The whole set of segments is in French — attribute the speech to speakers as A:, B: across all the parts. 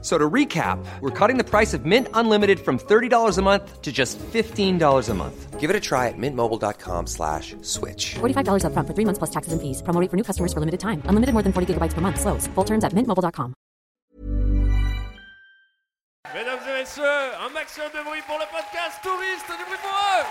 A: So to recap, we're cutting the price of Mint Unlimited from $30 a month to just $15 a month. Give it a try at mintmobile.com slash switch.
B: $45 upfront for three months plus taxes and fees. Promo rate for new customers for limited time. Unlimited more than 40 gigabytes per month. Slows. Full terms at mintmobile.com.
C: Mesdames et messieurs, un maximum de bruit pour le podcast Touriste du bruit pour eux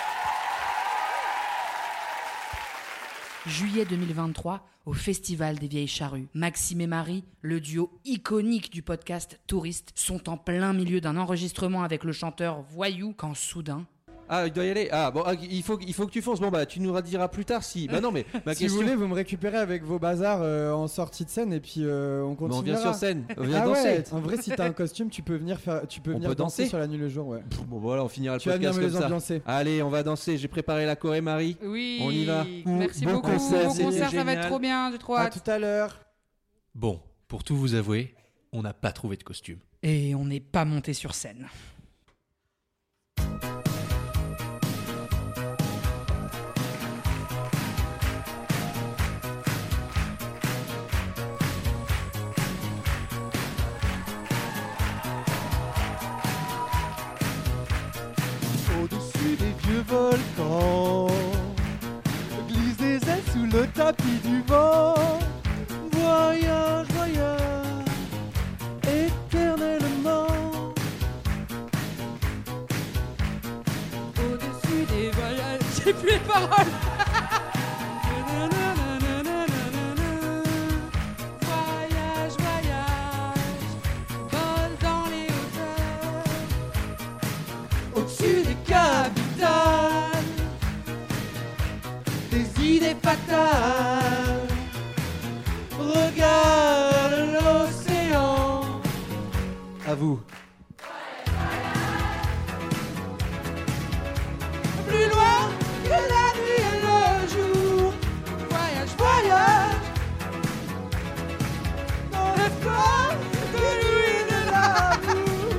D: Juillet 2023, au Festival des Vieilles Charrues, Maxime et Marie, le duo iconique du podcast Touriste, sont en plein milieu d'un enregistrement avec le chanteur Voyou quand soudain.
E: Ah, il doit y aller. Ah, bon, ah, il, faut, il faut que tu fonces. Bon, bah, tu nous rediras plus tard si. Bah, non, mais ma
F: si
E: question.
F: vous voulez, vous me récupérez avec vos bazars euh, en sortie de scène et puis euh, on
E: Bah,
F: continue.
E: on vient sur scène. On vient
F: ah
E: danser.
F: ouais, en vrai, si t'as un costume, tu peux venir faire, tu peux
E: On
F: venir
E: peut
F: danser,
E: danser
F: sur la nuit le jour, ouais.
E: Pff, Bon, voilà, on finira le
F: Tu vas venir
E: podcast
F: me
E: comme
F: les
E: ça.
F: ambiancer.
E: Allez, on va danser. J'ai préparé la choré, Marie.
G: Oui.
E: On y va.
G: Merci
E: Bon
G: beaucoup.
E: concert,
G: Bon
E: c'était
G: concert, ça va
E: génial.
G: être trop bien. J'ai trop
F: À
G: hâte.
F: tout à l'heure.
H: Bon, pour tout vous avouer, on n'a pas trouvé de costume.
D: Et on n'est pas monté sur scène.
I: Au-dessus des vieux volcans Glisse des ailes sous le tapis du vent Voyage, voyage Éternellement
G: Au-dessus des voyages. J'ai plus les paroles. Voyage, voyage. Vol dans les hauteurs.
I: Au-dessus des capitales Des idées fatales Regarde l'océan
E: À vous.
I: Plus loin que la nuit et le jour Voyage, voyage Dans le corps de l'huile et de l'amour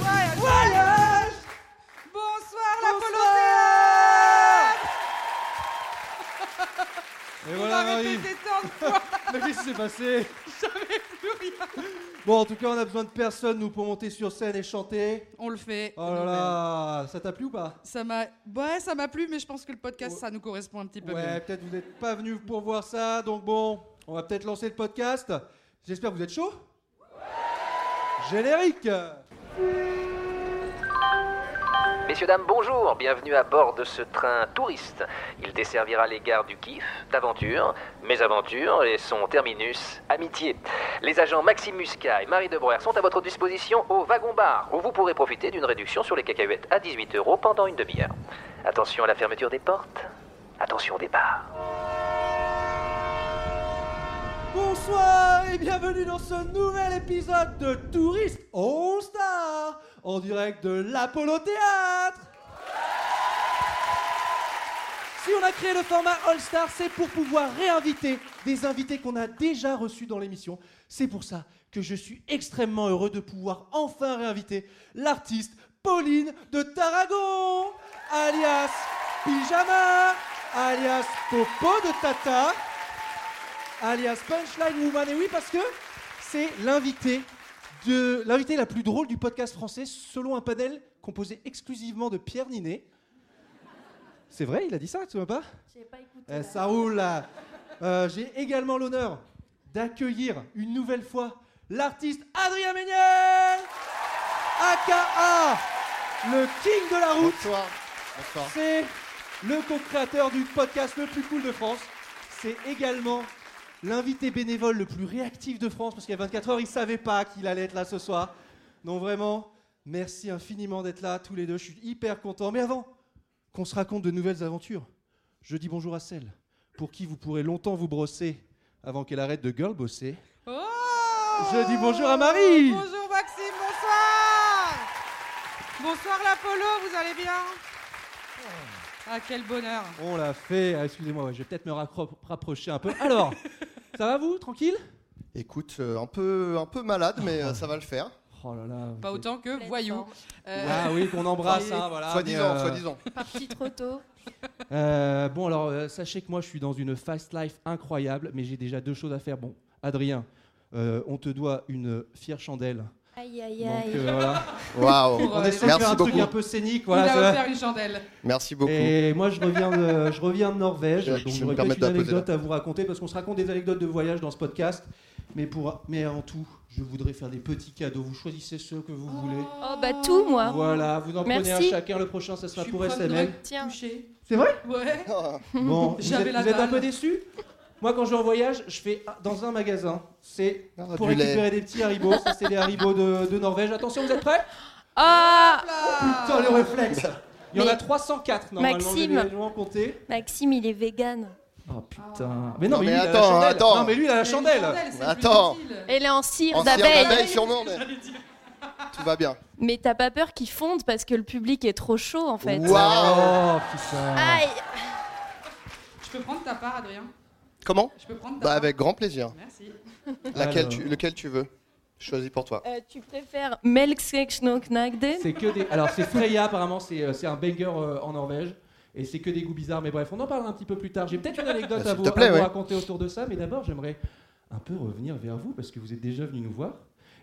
I: Voyage, voyage
G: Bonsoir, la
E: Et
G: On
E: voilà,
G: va
E: Marie.
G: répéter tant de fois.
E: Mais qu'est-ce qui s'est passé
G: plus rien.
E: Bon, en tout cas, on a besoin de personne, nous, pour monter sur scène et chanter.
G: On le fait.
E: Oh là là. Ça t'a plu ou pas
G: Ça m'a, ouais, ça m'a plu, mais je pense que le podcast, ça nous correspond un petit peu
E: Ouais,
G: mieux.
E: peut-être vous n'êtes pas venus pour voir ça. Donc, bon, on va peut-être lancer le podcast. J'espère que vous êtes chaud. Générique
J: Messieurs, dames, bonjour, bienvenue à bord de ce train touriste. Il desservira les gares du Kiff, d'Aventure, Mes Aventures et son terminus, Amitié. Les agents Maxime Muscat et Marie Debreuer sont à votre disposition au wagon-bar, où vous pourrez profiter d'une réduction sur les cacahuètes à 18 euros pendant une demi-heure. Attention à la fermeture des portes, attention au départ.
E: Bonsoir et bienvenue dans ce nouvel épisode de Touriste All Star en direct de l'Apollo Théâtre. Si on a créé le format All Star, c'est pour pouvoir réinviter des invités qu'on a déjà reçus dans l'émission. C'est pour ça que je suis extrêmement heureux de pouvoir enfin réinviter l'artiste Pauline de Tarragon, alias Pyjama, alias Popo de Tata alias Punchline Woman. Et oui, parce que c'est l'invité de l'invité la plus drôle du podcast français, selon un panel composé exclusivement de Pierre Ninet. C'est vrai, il a dit ça, tu vois pas J'ai pas écouté. ça roule là. Euh, J'ai également l'honneur d'accueillir une nouvelle fois l'artiste Adrien Méniel, aka le king de la route. C'est le co-créateur du podcast le plus cool de France. C'est également l'invité bénévole le plus réactif de France parce qu'il y a 24 heures, il savait pas qu'il allait être là ce soir. Donc vraiment, merci infiniment d'être là tous les deux. Je suis hyper content. Mais avant qu'on se raconte de nouvelles aventures, je dis bonjour à celle pour qui vous pourrez longtemps vous brosser avant qu'elle arrête de girl bosser.
G: Oh
E: Je dis bonjour à Marie.
G: Bonjour Maxime, bonsoir. Bonsoir l'Apollo, vous allez bien Ah quel bonheur.
E: On l'a fait. Ah, Excusez-moi, ouais, je vais peut-être me raccro- rapprocher un peu. Alors, ça va vous Tranquille
K: Écoute, euh, un, peu, un peu malade, mais euh, ça va le faire.
L: Oh là là.
G: Pas autant que voyou. Euh,
L: Ah oui, qu'on embrasse, hein, voilà.
K: Soit disant,
L: mais, euh,
K: soit disant.
E: Parti trop tôt.
L: Euh, bon, alors, euh, sachez que moi, je suis dans une fast life incroyable, mais j'ai déjà deux choses à faire. Bon, Adrien, euh, on te doit une fière chandelle.
E: Aïe, aïe,
L: Donc,
E: aïe. euh,
L: euh, voilà.
K: Waouh.
L: On essaie de
K: Merci
L: faire un truc
K: beaucoup.
L: un peu scénique.
G: Il a
L: Voilà, ça-
G: offert une chandelle.
K: Merci beaucoup.
L: Et moi, je reviens de, je reviens de Norvège,
K: Je- je
L: donc
K: vais me
L: j'aurais peut-être
K: permettre
L: une
K: de la poser,
L: anecdote à vous raconter, parce qu'on se raconte des anecdotes de voyage dans ce podcast. Mais, pour, mais avant tout, je voudrais faire des petits cadeaux. Vous choisissez ceux que vous voulez.
E: Oh, bah tout, moi.
L: Voilà, vous en prenez un
E: Merci.
L: chacun. Le prochain, ça sera
G: Tu
L: pour
G: prends
L: SML.
G: notre toucher.
L: C'est vrai
G: Ouais.
E: Mmh.
L: Bon, vous
G: J'avais
L: êtes,
G: la
L: vous êtes un
G: dalle.
L: peu déçu Moi, quand je vais en voyage, je fais un- dans un magasin. C'est pour
K: du
L: récupérer
K: lait.
L: des petits haribots. Ça, c'est les haribots de, de Norvège. Attention, vous êtes prêts
E: Ah
L: Putain, le réflexe Il y en
E: Mais-
L: a 304 normalement.
E: Maxime.
L: Je vais en compter.
E: Maxime, il est vegan.
L: Oh putain. Mais non,
K: Non,
L: mais, lui,
K: mais
L: il a la
K: attends,
L: chandelle.
K: attends.
L: Non, mais lui, il a la chandelle.
G: c'est le
K: Attends.
G: plus facile.
E: Elle est en cire
K: En cire d'abeille,
E: d'abeille.
K: sûrement, mais tout va bien.
E: Mais t'as pas peur qu'il fonde parce que le public est trop chaud en fait.
K: Waouh.
L: Oh putain.
E: Aïe
G: Je peux prendre ta part, Adrien
K: Comment
G: Je peux prendre ta
K: Bah,
G: part
K: avec grand plaisir.
G: Merci.
K: Laquelle
L: Alors.
K: tu, lequel tu veux Choisis pour toi.
E: Euh, Tu préfères Melkseksknoknagde
L: C'est que des. Alors, c'est Freya, apparemment, c'est euh, c'est un banger euh, en Norvège. Et c'est que des goûts bizarres, mais bref, on en parlera un petit peu plus tard. J'ai peut-être une anecdote
K: Bah,
L: à
K: s'il
L: vous,
K: te plaît,
L: à vous
K: ouais.
L: raconter autour de ça, mais d'abord, j'aimerais un peu revenir vers vous parce que vous êtes déjà venu nous voir.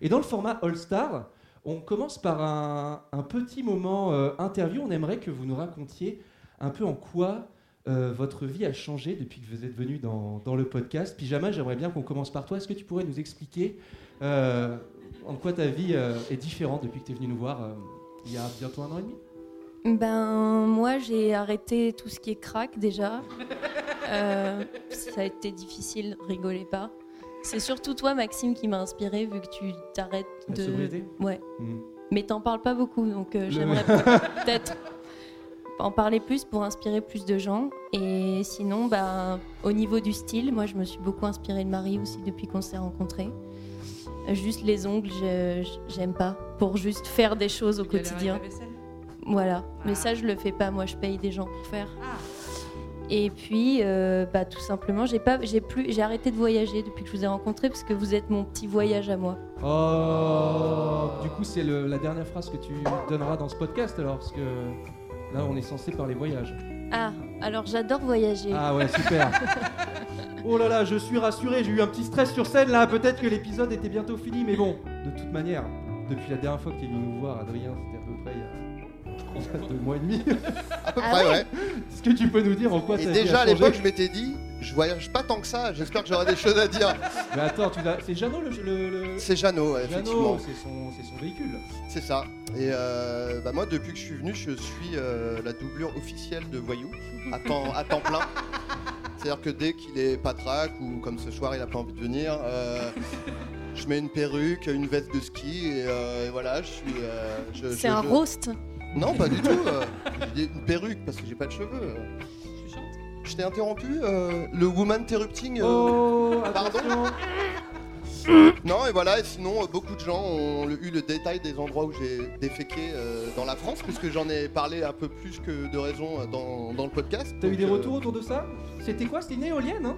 L: Et dans le format All Star, on commence par un, un petit moment euh, interview. On aimerait que vous nous racontiez un peu en quoi euh, votre vie a changé depuis que vous êtes venu dans, dans le podcast. Pyjama, j'aimerais bien qu'on commence par toi. Est-ce que tu pourrais nous expliquer euh, en quoi ta vie euh, est différente depuis que tu es venu nous voir euh, il y a bientôt un an et demi
E: Ben moi j'ai arrêté tout ce qui est crack déjà. Euh, ça a été difficile, rigolez pas. C'est surtout toi Maxime qui m'a inspiré vu que tu t'arrêtes
L: La
E: de...
L: sobriété
E: Ouais.
L: Mm.
E: Mais t'en parles pas beaucoup donc euh,
L: Le-
E: j'aimerais peut-être en parler plus pour inspirer plus de gens. Et sinon ben, au niveau du style, moi je me suis beaucoup inspirée de Marie aussi depuis qu'on s'est rencontrés. Euh, Juste les ongles, je- je- j'aime pas. Pour juste faire des choses au
G: Il a l'air
E: quotidien.
G: avec la vaisselle.
E: Voilà,
G: Ah.
E: mais ça je le fais pas, moi je paye des gens pour faire.
G: Ah.
E: Et puis, euh, bah, tout simplement, j'ai pas, j'ai plus, j'ai arrêté de voyager depuis que je vous ai rencontré parce que vous êtes mon petit voyage à moi.
L: Oh Du coup, c'est le- la dernière phrase que tu donneras dans ce podcast alors, parce que là, on est censé parler voyage.
E: Ah, alors j'adore voyager.
L: Ah ouais, super Oh là là, je suis rassuré, j'ai eu un petit stress sur scène là, peut-être que l'épisode était bientôt fini, mais bon, de toute manière, depuis la dernière fois que tu es venu nous voir, Adrien, c'était à peu près il y a deux mois et demi.
K: À peu
E: Ah
K: près,
E: ouais
K: ouais.
L: Est-ce que tu peux nous dire en quoi
K: Et
L: t'as
K: déjà à l'époque, je m'étais dit, je voyage pas tant que ça. J'espère que j'aurai des choses à dire.
L: Mais attends, tu l'as- c'est Jeannot le... le- le-
K: C'est Jeannot, ouais, effectivement.
L: Jeannot, c'est son, c'est son véhicule.
K: C'est ça. Et euh, bah moi, depuis que je suis venu, je suis euh, la doublure officielle de Voyou à temps, à temps plein. C'est-à-dire que dès qu'il est patraque ou comme ce soir, il a pas envie de venir, euh, je mets une perruque, une veste de ski et, euh, et voilà, je suis. euh, je-
E: C'est
K: je-
E: un
K: je-
E: roast.
K: Non, pas du tout. euh, j'ai une perruque parce que j'ai pas de cheveux.
G: Tu chantes
K: Je t'ai interrompu. euh, le woman interrupting. euh,
L: Oh,
K: pardon
L: attention
K: Non, et voilà, et sinon, euh, beaucoup de gens ont le- eu le détail des endroits où j'ai déféqué euh, dans la France, puisque j'en ai parlé un peu plus que de raison euh, dans, dans le podcast.
L: T'as eu
K: Donc,
L: des
K: euh,
L: retours autour de ça C'était quoi C'était une éolienne, hein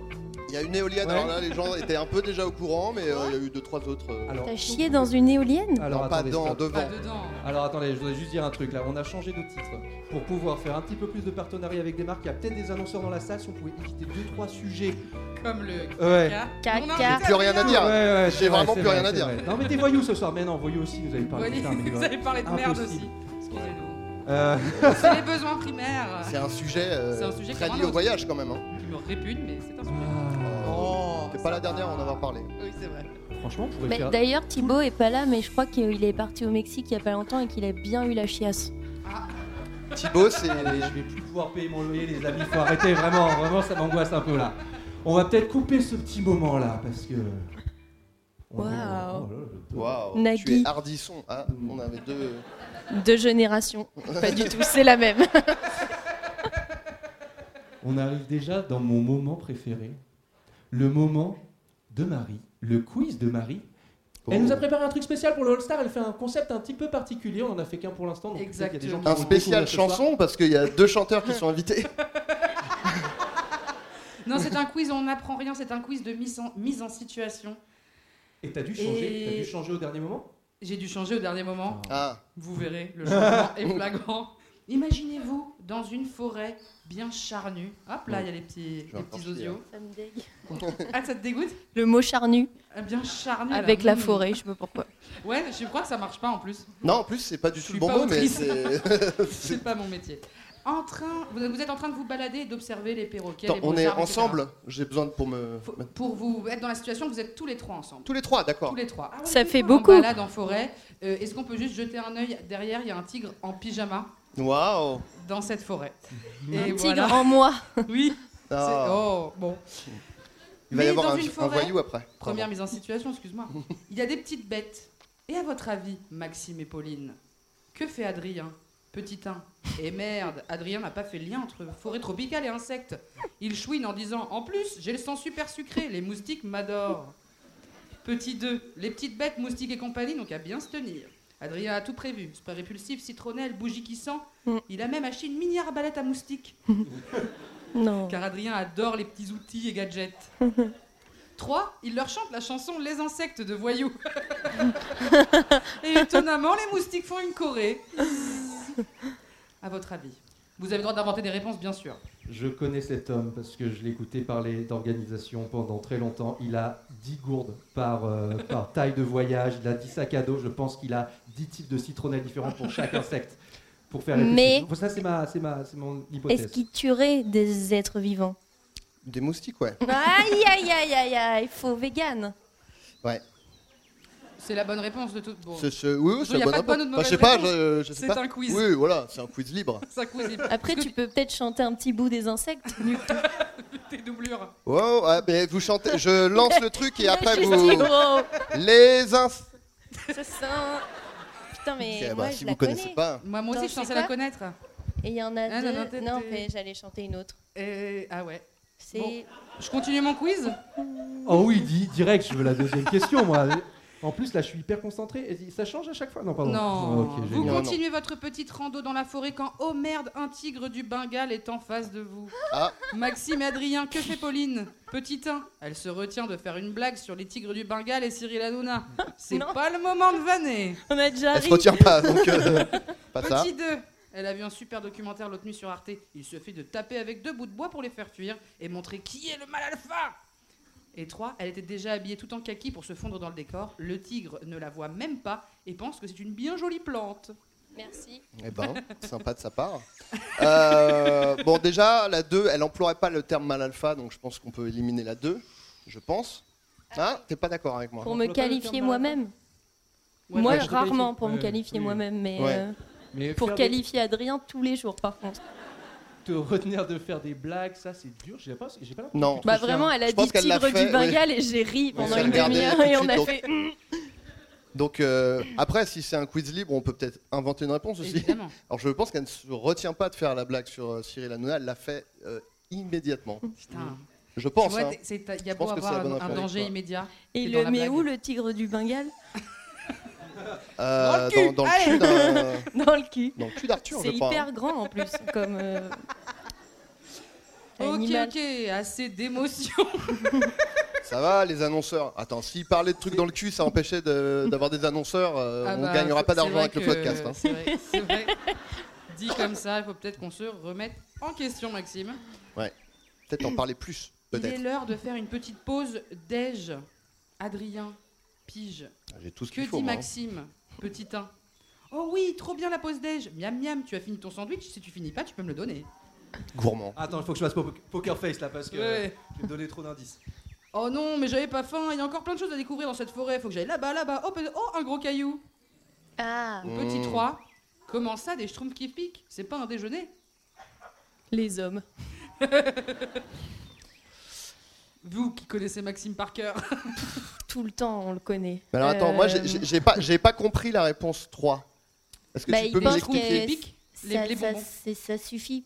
K: Il y a une éolienne,
L: Ouais.
K: alors là, les gens étaient un peu déjà au courant, mais euh, il y a eu deux, trois autres. euh,
L: Alors,
E: T'as chié dans une éolienne
L: alors
K: non, pas
L: attendez,
K: dans,
L: stop.
K: devant.
G: Pas dedans.
L: Alors attendez, je voudrais juste dire un truc là, on a changé de titre. Pour pouvoir faire un petit peu plus de partenariat avec des marques, il y a peut-être des annonceurs dans la salle, si on pouvait éviter deux, trois sujets.
G: Comme le
L: Ouais.
G: caca.
E: Caca.
G: Non, non,
E: J'ai
G: mais
K: plus rien à
G: Adrien.
K: dire.
L: ouais,
K: J'ai
L: c'est vrai,
K: vraiment
L: c'est
K: plus
L: vrai,
K: rien à
L: c'est
K: dire.
L: vrai. Non mais t'es voyous ce soir, mais non, voyous aussi, nous avez parlé.
G: Voyez,
L: Putain, mais,
G: vous
L: ouais.
G: avez parlé de merde aussi.
L: Impossible.
G: Excusez-nous.
L: Euh,
G: C'est les besoins primaires
K: C'est un sujet, euh,
G: C'est un sujet
K: très
G: qui
K: lié
G: rend
K: au voyage quand même. Hein.
G: qui me répugnent, mais c'est un sujet.
K: Oh, T'es pas la dernière à en avoir parlé.
G: Oui, c'est vrai.
L: franchement, on pourrait
E: Mais
L: faire...
E: D'ailleurs, Thibaut est pas là, mais je crois qu'il est parti au Mexique il y a pas longtemps et qu'il a bien eu la chiasse.
K: Thibaut, c'est.
L: Allez, Eh, je vais plus pouvoir payer mon loyer, les amis, faut arrêter, vraiment, vraiment, ça m'angoisse un peu là. On va peut-être couper ce petit moment là, parce que... on est- oh
E: Waouh.
L: là là, je-
K: Waouh, tu
E: Nagui.
K: es hardisson. Ah,
L: Mm.
K: on avait deux.
E: Deux générations. Pas du tout, c'est la même.
L: On arrive déjà dans mon moment préféré, le moment de Marie, le quiz de Marie. Elle
K: Oh.
L: nous a préparé un truc spécial pour le All Star, elle fait un concept un petit peu particulier, on en a fait qu'un pour l'instant. donc peut-être qu'il y a des
G: Exactement.
L: gens qui
K: Un
L: vont le
K: spécial
L: découvrir ce soir.
K: chanson, parce qu'il y a deux chanteurs qui sont invités.
G: Non, c'est un quiz, on n'apprend rien, c'est un quiz de mise en, mise en situation.
M: Et t'as dû changer,
N: Et-
M: t'as dû changer au dernier moment
G: J'ai dû changer au dernier moment.
K: Ah.
G: Vous verrez, le changement est flagrant. Imaginez-vous dans une forêt bien charnue. Hop là, il y a les petits, les petits osios.
L: Ça me dégue.
G: Ah, ça te dégoûte
L: Le mot charnu.
G: Ah, Bien charnu. là.
L: Avec la
G: Mmh.
L: forêt, je sais pas pourquoi.
G: Ouais, je crois que ça marche pas en plus.
K: Non, en plus, c'est pas du tout le
G: suis
K: bon
G: pas
K: mot, mais
G: autrice.
K: c'est.
G: C'est pas mon métier. En train, vous vous êtes en train de vous balader et d'observer les perroquets.
K: Attends,
G: les
K: on est
G: beaux-arts, etc.
K: ensemble, j'ai besoin de pour me. me-
G: Pour vous être dans la situation, vous êtes tous les trois ensemble.
K: Tous les trois, d'accord.
G: Tous les trois. Ah ouais,
L: Ça
G: tous les
L: fait
G: trois,
L: beaucoup.
G: En balade en forêt. Euh, Est-ce qu'on peut juste jeter un œil derrière Il y a un tigre en pyjama
K: Waouh
G: dans cette forêt.
L: Un tigre
G: voilà.
L: en moi.
G: Oui. C'est-
K: Ah.
G: Oh, bon.
K: Il va y
G: Mais
K: avoir
G: dans
K: un,
G: une
K: un
G: forêt,
K: voyou après.
G: Première
K: Pardon.
G: mise en situation, excuse-moi. Il y a des petites bêtes. Et à votre avis, Maxime et Pauline, que fait Adrien Petit 1. Et merde, Adrien n'a pas fait le lien entre forêt tropicale et insectes. Il chouine en disant En plus, j'ai le sang super sucré, les moustiques m'adorent. Petit 2. Les petites bêtes, moustiques et compagnie n'ont qu'à bien se tenir. Adrien a tout prévu spray répulsif, citronnelle, bougie qui sent. Il a même acheté une mini arbalète à moustiques.
L: Non.
G: Car Adrien adore les petits outils et gadgets. 3. Il leur chante la chanson Les insectes de voyous. et étonnamment, les moustiques font une choré. À votre avis Vous avez le droit d'inventer des réponses, bien sûr.
E: Je connais cet homme parce que je l'écoutais parler d'organisation pendant très longtemps. Il a 10 gourdes par, euh, par taille de voyage, il a 10 sacs à dos. Je pense qu'il a 10 types de citronnelles différents pour chaque insecte. Pour faire les
L: Mais-
E: petits- Ça, c'est ma, c'est ma, c'est mon
L: Est-ce
E: hypothèse.
L: qu'il tuerait des êtres vivants
K: Des moustiques, ouais.
L: Aïe, aïe, aïe, aïe, aïe, faux vegan.
K: Ouais.
G: C'est la bonne réponse de tout. Bon.
K: C'est- c'est- Oui, oui,
G: Il
K: c'est
G: n'y a
K: bonne
G: pas de bonne ou de
K: réponse. Enfin, je
G: mauvaise
K: sais pas,
G: réponse.
K: je, je sais
G: C'est
K: pas.
G: un quiz.
K: Oui, voilà, c'est un quiz libre.
G: C'est un quiz.
L: Après, tu peux peut-être chanter un petit bout des insectes. du coup.
G: Tes doublures.
K: Wow, ah, mais vous chantez, je lance le truc et
L: Il a
K: après
L: juste
K: vous.
L: dit, wow.
K: Les ins.
L: Ça sent. Putain, mais.
K: Ok, bah,
L: moi,
K: si
L: je
K: vous
L: la
K: connaissez
L: connais.
K: pas.
G: Moi, moi aussi,
L: Attends,
G: je suis
L: sais
G: censée la
L: quoi
G: connaître.
L: Et il y en a
G: Ah, non,
L: deux.
G: non,
L: Non,
G: t'es- t'es-
L: mais j'allais chanter une autre.
G: Euh, ah ouais.
L: C'est.
G: Bon. Je continue mon quiz
E: Oh oui, di- direct, je veux la deuxième question, moi. En plus, là, je suis hyper concentré. Et Ça change à chaque fois Non, pardon. Oh,
G: Non.
E: Ah, Ok,
G: vous
E: génial.
G: continuez votre petite rando dans la forêt quand, oh merde, un tigre du Bengale est en face de vous.
K: Ah.
G: Maxime et Adrien, que fait Pauline Petit 1, elle se retient de faire une blague sur les tigres du Bengale et Cyril Hanouna. C'est pas le moment de vanner.
L: On a déjà
K: Elle se retient pas, donc euh, pas ça.
G: Petit 2, elle a vu un super documentaire l'autre nuit sur Arte. Il se fait de taper avec deux bouts de bois pour les faire fuir et montrer qui est le mal alpha. Et 3, elle était déjà habillée tout en kaki pour se fondre dans le décor. Le tigre ne la voit même pas et pense que c'est une bien jolie plante.
L: Merci.
K: Eh ben, sympa de sa part. Euh, bon, déjà, la 2, elle n'emploierait pas le terme mal alpha, donc je pense qu'on peut éliminer la 2, je pense. Hein T'es pas d'accord avec moi
L: Pour me qualifier moi-même.
K: Ouais,
L: moi,
K: ouais, je te
L: rarement
K: qualifie.
L: pour me
K: Ouais,
L: qualifier
K: oui.
L: moi-même, mais,
K: hein Ouais.
L: euh,
E: Mais
L: pour
E: faire des-
L: qualifier Adrien tous les jours, par contre.
E: Te retenir de faire des blagues, ça, c'est dur. J'ai pas, j'ai pas l'impression
K: Non.
E: que tu
L: Bah
E: te tiens.
L: vraiment, elle a
K: Je pense
L: dit
K: qu'elle l'a
L: tigre
K: fait,
L: du
K: oui.
L: Bengale et j'ai ri
K: On
L: pendant
K: s'est
L: une
K: regardé
L: demi-heure
K: tout de
L: et on
K: suite,
L: a
K: donc-
L: fait.
K: Donc, euh, après, si c'est un quiz libre, on peut peut-être inventer une réponse aussi.
G: Évidemment.
K: Alors, je pense qu'elle ne se retient pas de faire la blague sur euh, Cyril Hanouna, elle l'a fait euh, immédiatement.
G: Putain.
K: Je pense.
G: Tu vois,
K: hein.
G: t'es- c'est- t'as- y a
K: Je
G: beau
K: pense que c'est
G: avoir
K: la bonne
G: un, un
K: réponse.
G: danger immédiat.
L: Et
G: c'est
L: le
G: dans la
L: met
G: blague.
L: où le tigre du Bengale
K: Euh,
L: Dans le
K: dans,
L: cul,
K: dans le
L: allez.
K: cul d'un-
L: Dans le cul.
K: dans le cul d'Arthur, je
L: C'est
K: crois. hein.
L: hyper grand en plus, comme. euh,
G: Ok,
L: animal.
G: ok, assez d'émotion.
K: Euh, Ça va, les annonceurs. Attends, s'ils parlaient de trucs dans le cul, ça empêchait de- d'avoir des annonceurs. euh,
G: Ah
K: on
G: bah,
K: gagnera pas
G: c'est
K: d'argent
G: vrai
K: avec le
G: que-
K: podcast. hein.
G: C'est vrai, c'est vrai. Dit comme ça, il faut peut-être qu'on se remette en question, Maxime.
K: Ouais. Peut-être en parler plus.
G: Il est
K: Peut-être.
G: l'heure de faire une petite pause déj. Adrien, pige.
K: J'ai tout ce
G: Que
K: qu'il faut.
G: dit
K: moi, hein.
G: Maxime, petit 1 Oh oui, trop bien la pause déj. Miam miam, tu as fini ton sandwich. Si tu finis pas, tu peux me le donner.
K: Gourmand.
E: Attends, il faut que je fasse po- poker face là parce que
G: Ouais.
E: je vais me donner trop d'indices.
G: Oh non, mais j'avais pas faim. Il y a encore plein de choses à découvrir dans cette forêt. Faut que j'aille là-bas, là-bas. Oh, peut- oh, un gros caillou.
L: Ah.
G: Ou petit
K: Mmh.
G: 3. Comment ça, des schtroumpfs qui piquent C'est pas un déjeuner.
L: Les hommes.
G: Vous qui connaissez Maxime Parker.
L: Tout le temps, on le connaît.
K: Mais alors attends, moi
L: Euh,
K: j'ai- j'ai j'ai pas, j'ai pas compris la réponse 3. Est-ce que
L: bah,
K: tu
L: il
K: peux me
L: pense
K: l'expliquer
L: que
G: pique,
L: ça-
G: les- les
L: ça-
G: bonbons.
L: c'est- ça suffit.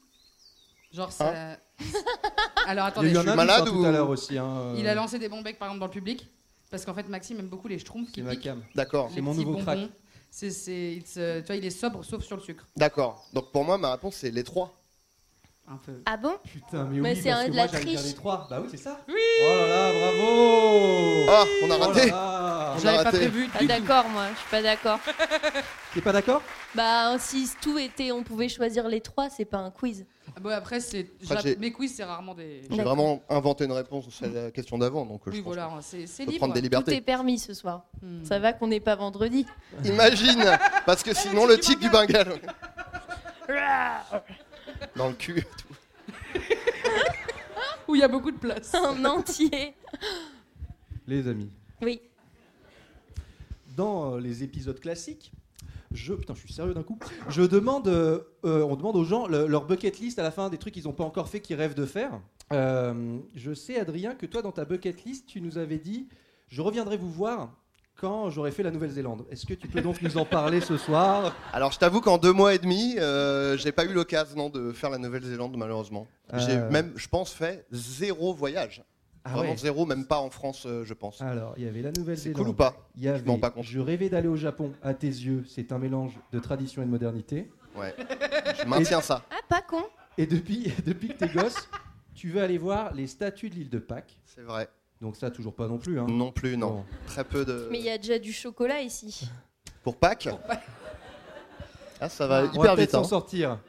G: Genre ça. Alors
E: Hein Il y
G: attendez,
E: a eu
G: je
E: un
G: suis
E: indice,
G: malade.
E: hein, tout à l'heure aussi. hein,
G: Il a
E: euh,
G: lancé des bons becs par exemple dans le public. Parce qu'en fait, Maxime aime beaucoup les schtroumpfs qui
E: C'est ma
G: piquent.
E: cam.
K: D'accord.
E: C'est mon nouveau
G: bonbons.
E: crack.
G: C'est, c'est, it's, euh, tu vois, il est sobre sauf sur le sucre.
K: D'accord. Donc pour moi, ma réponse c'est les 3.
G: Un peu.
L: Ah bon
E: Putain, mais,
L: Mais
E: oui,
L: c'est
E: parce
L: un
E: que
L: de
E: moi,
L: la
E: j'allais dire
L: triche.
E: les trois. Bah oui, c'est ça.
G: Oui
E: Oh là là, Oh bravo
K: Ah, on a
E: Oh là
K: raté
E: là.
K: on
L: Je
K: a raté.
L: Pas Ah, d'accord, moi, je suis pas d'accord.
E: T'es pas d'accord
L: bah, si tout était, on pouvait choisir les trois, c'est pas un quiz.
G: bon, après, c'est.
K: Enfin, j'ai-
G: Mes quiz, c'est rarement des.
K: J'ai vraiment inventé une réponse à la question d'avant, donc euh, je
G: Oui,
K: pense
G: voilà,
K: que
G: c'est
K: on
G: c'est
K: peut
G: libre.
K: prendre des
L: Tout est
K: libertés.
L: permis ce soir. Ça va qu'on n'est pas vendredi.
K: Imagine, parce que sinon le tic du Bengale dans le cul.
G: Où il y a beaucoup de place.
L: Un entier.
O: Les amis.
L: Oui.
E: Dans euh, les épisodes classiques, je putain, je suis sérieux d'un coup. Je demande, euh, euh, on demande aux gens le- leur bucket list à la fin des trucs qu'ils n'ont pas encore fait, qu'ils rêvent de faire. Euh, je sais, Adrien, que toi, dans ta bucket list, tu nous avais dit, je reviendrai vous voir quand j'aurai fait la Nouvelle-Zélande. Est-ce que tu peux donc nous en parler ce soir
K: Alors je t'avoue qu'en deux mois et demi, euh, j'ai pas eu l'occasion non, de faire la Nouvelle-Zélande malheureusement. J'ai
O: Euh.
K: même, je pense, fait zéro voyage.
O: Ah
K: Vraiment
O: ouais. Ah,
K: zéro, même pas en France, euh, je pense.
O: Alors, il y avait la Nouvelle-Zélande.
K: cool ou pas
O: Il y avait, Ah, je, rêvais d'aller au Japon, à tes yeux, c'est un mélange de tradition et de modernité.
K: Ouais. Je maintiens ça.
L: Ah, pas con.
O: Et depuis, depuis que t'es gosse, tu veux aller voir les statues de l'île de Pâques.
K: C'est vrai.
O: Donc ça, toujours pas non plus. hein.
K: Non plus, non. Très peu de.
L: Mais il y a déjà du chocolat ici.
K: Pour Pâques Ah, ça va
O: On
K: hyper
O: va peut-être
K: vite.
O: s'en
K: hein.
O: sortir.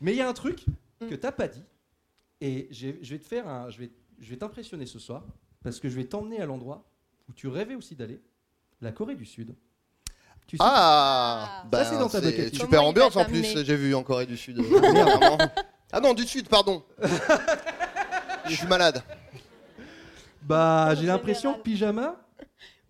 O: Mais il y a un truc que t'as pas dit, et j'ai- je vais te faire, un- je vais, je vais t'impressionner ce soir, parce que je vais t'emmener à l'endroit où tu rêvais aussi d'aller, la Corée du Sud. Tu sais-
K: Ah,
O: Ça,
K: ben,
O: c'est dans ta bucket list.
K: Super
O: Comment il va
K: ambiance en plus,
O: t'amener
K: j'ai vu en Corée du Sud. euh, dernièrement. ah non, du Sud, pardon. Je suis malade.
O: Bah, j'ai l'impression que pyjama.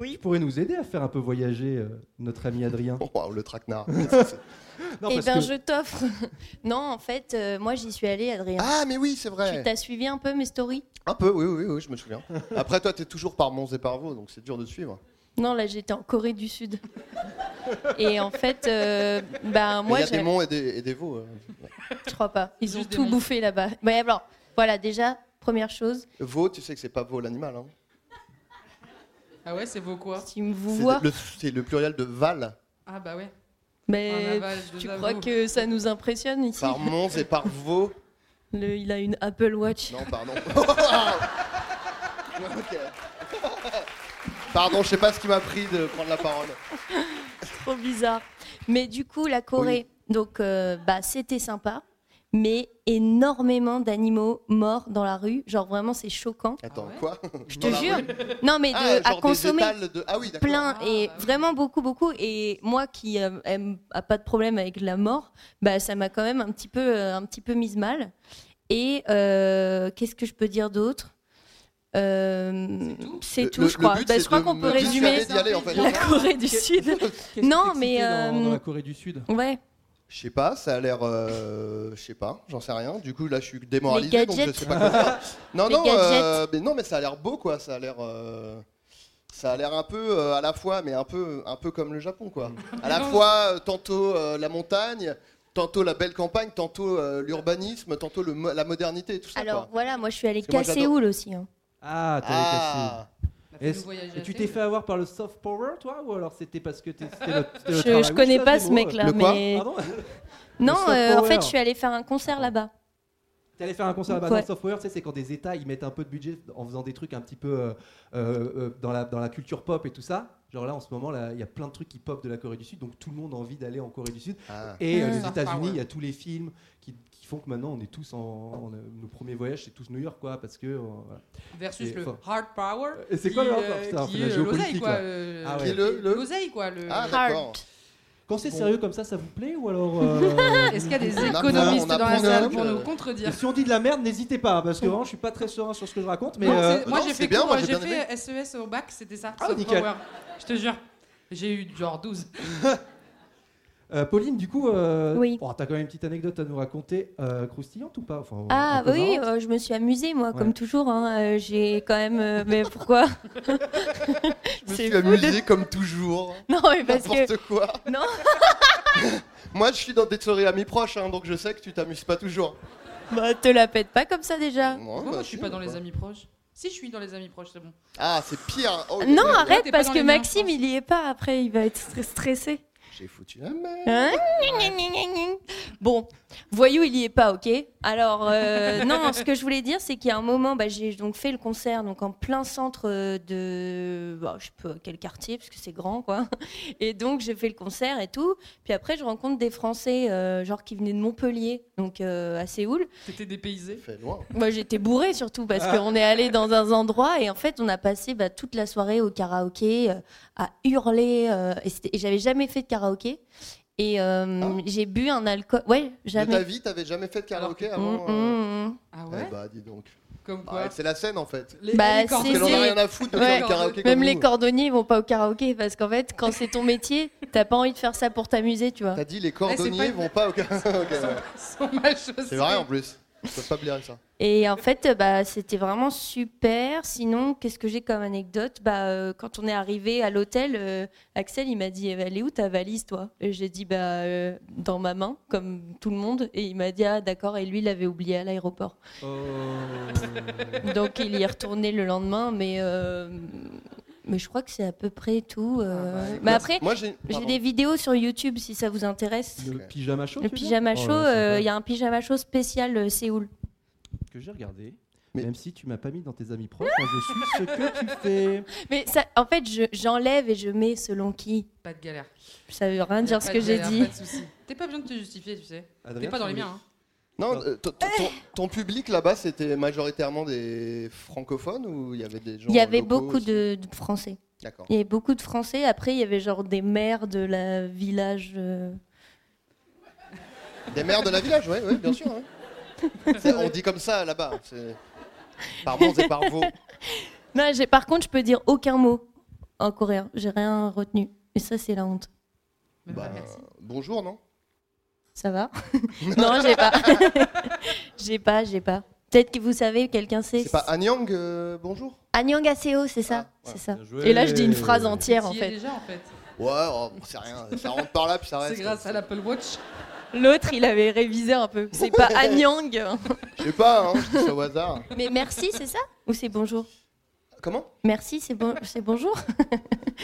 L: Oui.
O: Tu pourrais nous aider à faire un peu voyager euh, notre ami Adrien.
K: Waouh, le traquenard.
L: eh bien, je t'offre. non, en fait, euh, moi, j'y suis allée, Adrien.
K: Ah, mais oui, c'est vrai.
L: Tu t'as suivi un peu mes stories
K: Un peu, oui, oui, oui, oui, je me souviens. Après, toi, t'es toujours par Mons et par Vaux, donc c'est dur de te suivre.
L: Non, là, j'étais en Corée du Sud. et en fait, euh, bah,
K: Mais
L: moi,
K: Il y a des
L: j'ai-
K: monts et des, et des veaux. euh.
L: je crois pas. Ils ont
G: Juste des
L: tout
G: noms.
L: bouffé là-bas. Mais alors, voilà, déjà, première chose,
K: Veau, tu sais que c'est pas veau l'animal. Hein.
G: Ah ouais, c'est vos quoi
L: Si vous
K: C'est
L: voir.
K: le- C'est le pluriel de val.
G: Ah bah ouais.
L: Mais
O: Oh,
G: Un
O: bah,
G: aval, je
L: tu
G: vous
L: crois
G: avoue.
L: que ça nous impressionne ici
K: Par Mons et par Vaux.
L: Le- Il a une Apple Watch.
K: Non, pardon. Ok. Pardon, je sais pas ce qui m'a pris de prendre la parole.
L: Trop bizarre. Mais du coup, la Corée, donc euh, bah, c'était sympa, mais énormément d'animaux morts dans la rue. Genre vraiment, c'est choquant.
K: Attends, quoi
L: Ah Je
K: Dans
L: te
K: la
L: jure.
K: rue
L: Non, mais de-
K: Ah, genre
L: à
K: des
L: consommer.
K: étals de- Ah oui, d'accord.
L: plein et vraiment beaucoup, beaucoup. Et moi qui euh, aime- a pas de problème avec la mort, bah, ça m'a quand même un petit peu, euh, un petit peu mise mal. Et euh, qu'est-ce que je peux dire d'autre Euh, c'est
K: Ah. Le-
L: tout,
K: le-
L: je crois.
K: le but,
L: Bah, je
K: c'est
L: crois
K: de
L: qu'on
K: me
L: peut
K: dissuader
L: résumer
K: d'y aller, en fait.
L: la Corée du
K: Qu'est-
L: Sud. Non, mais
O: dans,
L: euh,
O: dans la Corée du Sud.
L: ouais,
K: Je sais pas, ça a l'air. euh, je sais pas, j'en sais rien. Du coup, là, je suis démoralisé,
L: Les
K: donc
L: gadgets.
K: je sais pas quoi faire. Non,
L: Les
K: non, euh, mais non, mais ça a l'air beau, quoi. Ça a l'air. euh, Ça a l'air un peu euh, à la fois, mais un peu, un peu comme le Japon, quoi.
L: Mm.
K: À la
O: Non.
K: fois, euh, tantôt euh, la montagne, tantôt la belle campagne, tantôt euh, l'urbanisme, tantôt le mo- la modernité, tout ça.
L: alors
K: quoi.
L: voilà, moi je suis allée
K: Parce que moi,
L: qu'à
K: j'adore-
L: Séoul aussi. hein.
O: Ah, t'as
K: Ah.
O: les cassés. Est-ce-
G: voyager
O: Et tu
G: assez,
O: t'es fait avoir par le soft power, toi Ou alors c'était parce que t'es- c'était le, c'était le
L: Je,
O: travail
L: je
O: Oui,
L: connais
O: sais des
L: pas ce
O: mots. euh,
L: mec-là, mais
O: Pardon
L: non,
O: Le soft
L: euh, en
O: power.
L: fait, je suis allée faire un concert là-bas.
O: T'es allé faire un concert là-bas
L: Ouais.
O: dans le soft power, tu sais, c'est quand des États ils mettent un peu de budget en faisant des trucs un petit peu euh, euh, euh, dans, la, dans la culture pop et tout ça. Genre là, en ce moment, là, il y a plein de trucs qui pop de la Corée du Sud, donc tout le monde a envie d'aller en Corée du Sud.
K: Ah.
L: Mm.
O: Et euh,
K: Ah.
O: les
K: Soft
O: États-Unis,
K: power.
O: il y a tous les films qui, qui font que maintenant on est tous en. on a- nos premiers voyages, c'est tous New York, quoi, parce que. euh, voilà.
G: Versus
O: Et,
G: le
O: enfin,
G: hard power.
O: Et c'est quoi
G: qui,
O: le hard
G: euh,
O: power Putain, on
G: qui
O: fait de
G: est
O: la
G: euh,
O: géopolitique,
G: L'oseille, quoi.
O: là.
G: euh,
O: Ah ouais.
G: qui est
K: le- le-
G: L'oseille, quoi. Le...
K: Ah, d'accord.
O: Quand c'est
K: Bon.
O: sérieux comme ça, ça vous plaît ou alors euh,
G: Est-ce qu'il y a des
O: on apprend-
G: économistes
O: on
G: dans
O: apprend
G: la
O: un
G: salle
O: truc,
G: pour
O: euh,
G: nous contredire
O: et Si on dit de la merde, n'hésitez pas, parce que vraiment, je suis pas très serein sur ce que je raconte. Mais
G: Non,
O: euh,
G: c'est- moi j'ai fait, cours, j'ai fait SES au bac, c'était ça. soft
O: nickel.
G: power. Je te jure, j'ai eu genre 12.
O: Euh, Pauline, du coup, euh,
L: Oui.
O: oh, t'as quand même une petite anecdote à nous raconter, euh, croustillante ou pas Enfin, un
L: Ah
O: peu
L: oui,
O: marrante.
L: euh, je me suis amusée moi,
O: Ouais.
L: comme toujours. hein, euh, J'ai quand même. euh, mais pourquoi
K: Je me suis amusé comme toujours.
L: Non, mais parce que.
K: N'importe quoi.
L: Non.
K: Moi, je suis dans des soirées amis proches, hein, donc je sais que tu t'amuses pas toujours.
L: Bah, te la pète pas comme ça
E: Ah.
L: déjà.
K: Non,
G: Pourquoi
K: bah,
G: moi je suis
K: si,
G: pas
K: mais
G: dans les
K: quoi.
G: amis proches Si je suis dans les amis proches, c'est bon.
K: Ah, c'est pire. Oh,
L: Non,
K: mais-
L: arrête,
G: t'es pas
L: parce
G: dans
L: que
G: les miens,
L: Maxime, il y est pas après, il va être stre- stressé.
K: J'ai foutu la merde.
E: Hein Gna, gna, gna, gna. bon, voyou, il y est pas, ok Alors, euh, non, ce que je voulais dire, c'est qu'il y a un moment, bah, j'ai donc fait le concert donc en plein centre euh, de, bah, je sais pas quel quartier, parce que c'est grand, quoi. Et donc, j'ai fait le concert et tout. Puis après, je rencontre des Français, euh, genre qui venaient de Montpellier, donc euh, à Séoul.
G: T'étais dépaysé
E: Moi, j'étais bourrée surtout parce
G: Ah.
E: qu'on est allé dans un endroit et en fait, on a passé bah, toute la soirée au karaoké euh, à hurler. euh, et c'était- et j'avais jamais fait de karaoké. Et euh, j'ai bu un alcool. Ouais,
K: De
E: jamais.
K: ta vie, t'avais jamais fait de karaoké avant
E: Mm, mm, mm.
K: Ah ouais Bah, dis donc.
G: Comme
K: quoi C'est la scène en fait.
E: Bah,
K: Parce
E: si,
K: qu'elle en a
E: si.
K: rien à foutre de
E: Ouais.
K: faire du karaoké
E: Même
K: comme
E: les
K: nous.
E: cordonniers ils vont pas au karaoké parce qu'en fait, quand c'est ton métier, t'as pas envie de faire ça pour t'amuser, tu vois.
K: T'as dit les cordonniers vont pas au karaoké. ouais. C'est vrai hein. en plus. Ils peuvent pas blairer ça.
E: Et en fait, euh, bah, c'était vraiment super. Sinon, qu'est-ce que j'ai comme anecdote bah, euh, Quand on est arrivé à l'hôtel, euh, Axel, il m'a dit Eh, Elle est où ta valise, toi Et j'ai dit bah, euh, Dans ma main, comme tout le monde. Et il m'a dit Ah, d'accord. Et lui, il l'avait oublié à l'aéroport. Donc, il y est retourné le lendemain. Mais, euh, mais je crois que c'est à peu près tout. euh.
K: bah,
E: mais
K: moi-
E: après,
K: moi, j'ai-
E: j'ai
K: pardon.
E: des vidéos sur YouTube si ça vous intéresse.
L: Le pyjama chaud
E: Le
L: tu veux dire
E: pyjama
L: Oh là
E: show,
L: là,
E: euh, il
L: sympa.
E: y a un pyjama show spécial euh, Séoul.
L: que j'ai regardé. Même si tu m'as pas mis dans tes amis proches, moi, je suis ce que tu
E: Mais ça, en fait, je- j'enlève et je mets selon qui.
G: Pas de galère.
E: Ça veut rien
G: Y a
E: dire
G: pas
E: ce
G: de
E: que j'ai
G: galère,
E: dit.
G: Pas de souci. T'es pas besoin de te justifier, tu sais.
K: Adrien,
G: T'es pas dans les
K: tu
G: miens.
K: voulais-
G: hein.
K: Non, euh, ton, ton- ton- ton public là-bas, c'était majoritairement des francophones ou il y avait des gens
E: Il y avait
K: locaux
E: beaucoup
K: aussi
E: de, de euh, Français.
K: D'accord.
E: Il y avait beaucoup de Français. Après, il y avait genre des maires de la village. euh,
K: Des maires de la village, oui, ouais, bien sûr. ouais. C'est- On dit comme ça là-bas. c'est- Par bons et par vaux.
E: Non, j'ai- par contre, je peux dire aucun mot en coréen. J'ai rien retenu. Et ça, c'est la honte.
K: Bah, bonjour, non
E: Ça va Non, j'ai pas. j'ai pas, j'ai pas. Peut-être que vous savez, quelqu'un sait.
K: C'est pas Anyang, euh, bonjour Ah,
E: Annyeonghaseyo, c'est ça, c'est ça.
K: Bien joué.
E: Et là, je dis une phrase entière
G: T'y
E: en
G: es
E: fait.
G: déjà, en fait.
K: Ouais, oh, c'est rien. Ça rentre par là, puis ça reste.
G: C'est grâce à l'Apple Watch.
E: L'autre, il avait révisé un peu. C'est pas Anyang.
K: Je sais pas, hein, je dis ça au hasard.
E: Mais merci, c'est ça Ou c'est bonjour
K: Comment
E: Merci, c'est bon, c'est bonjour.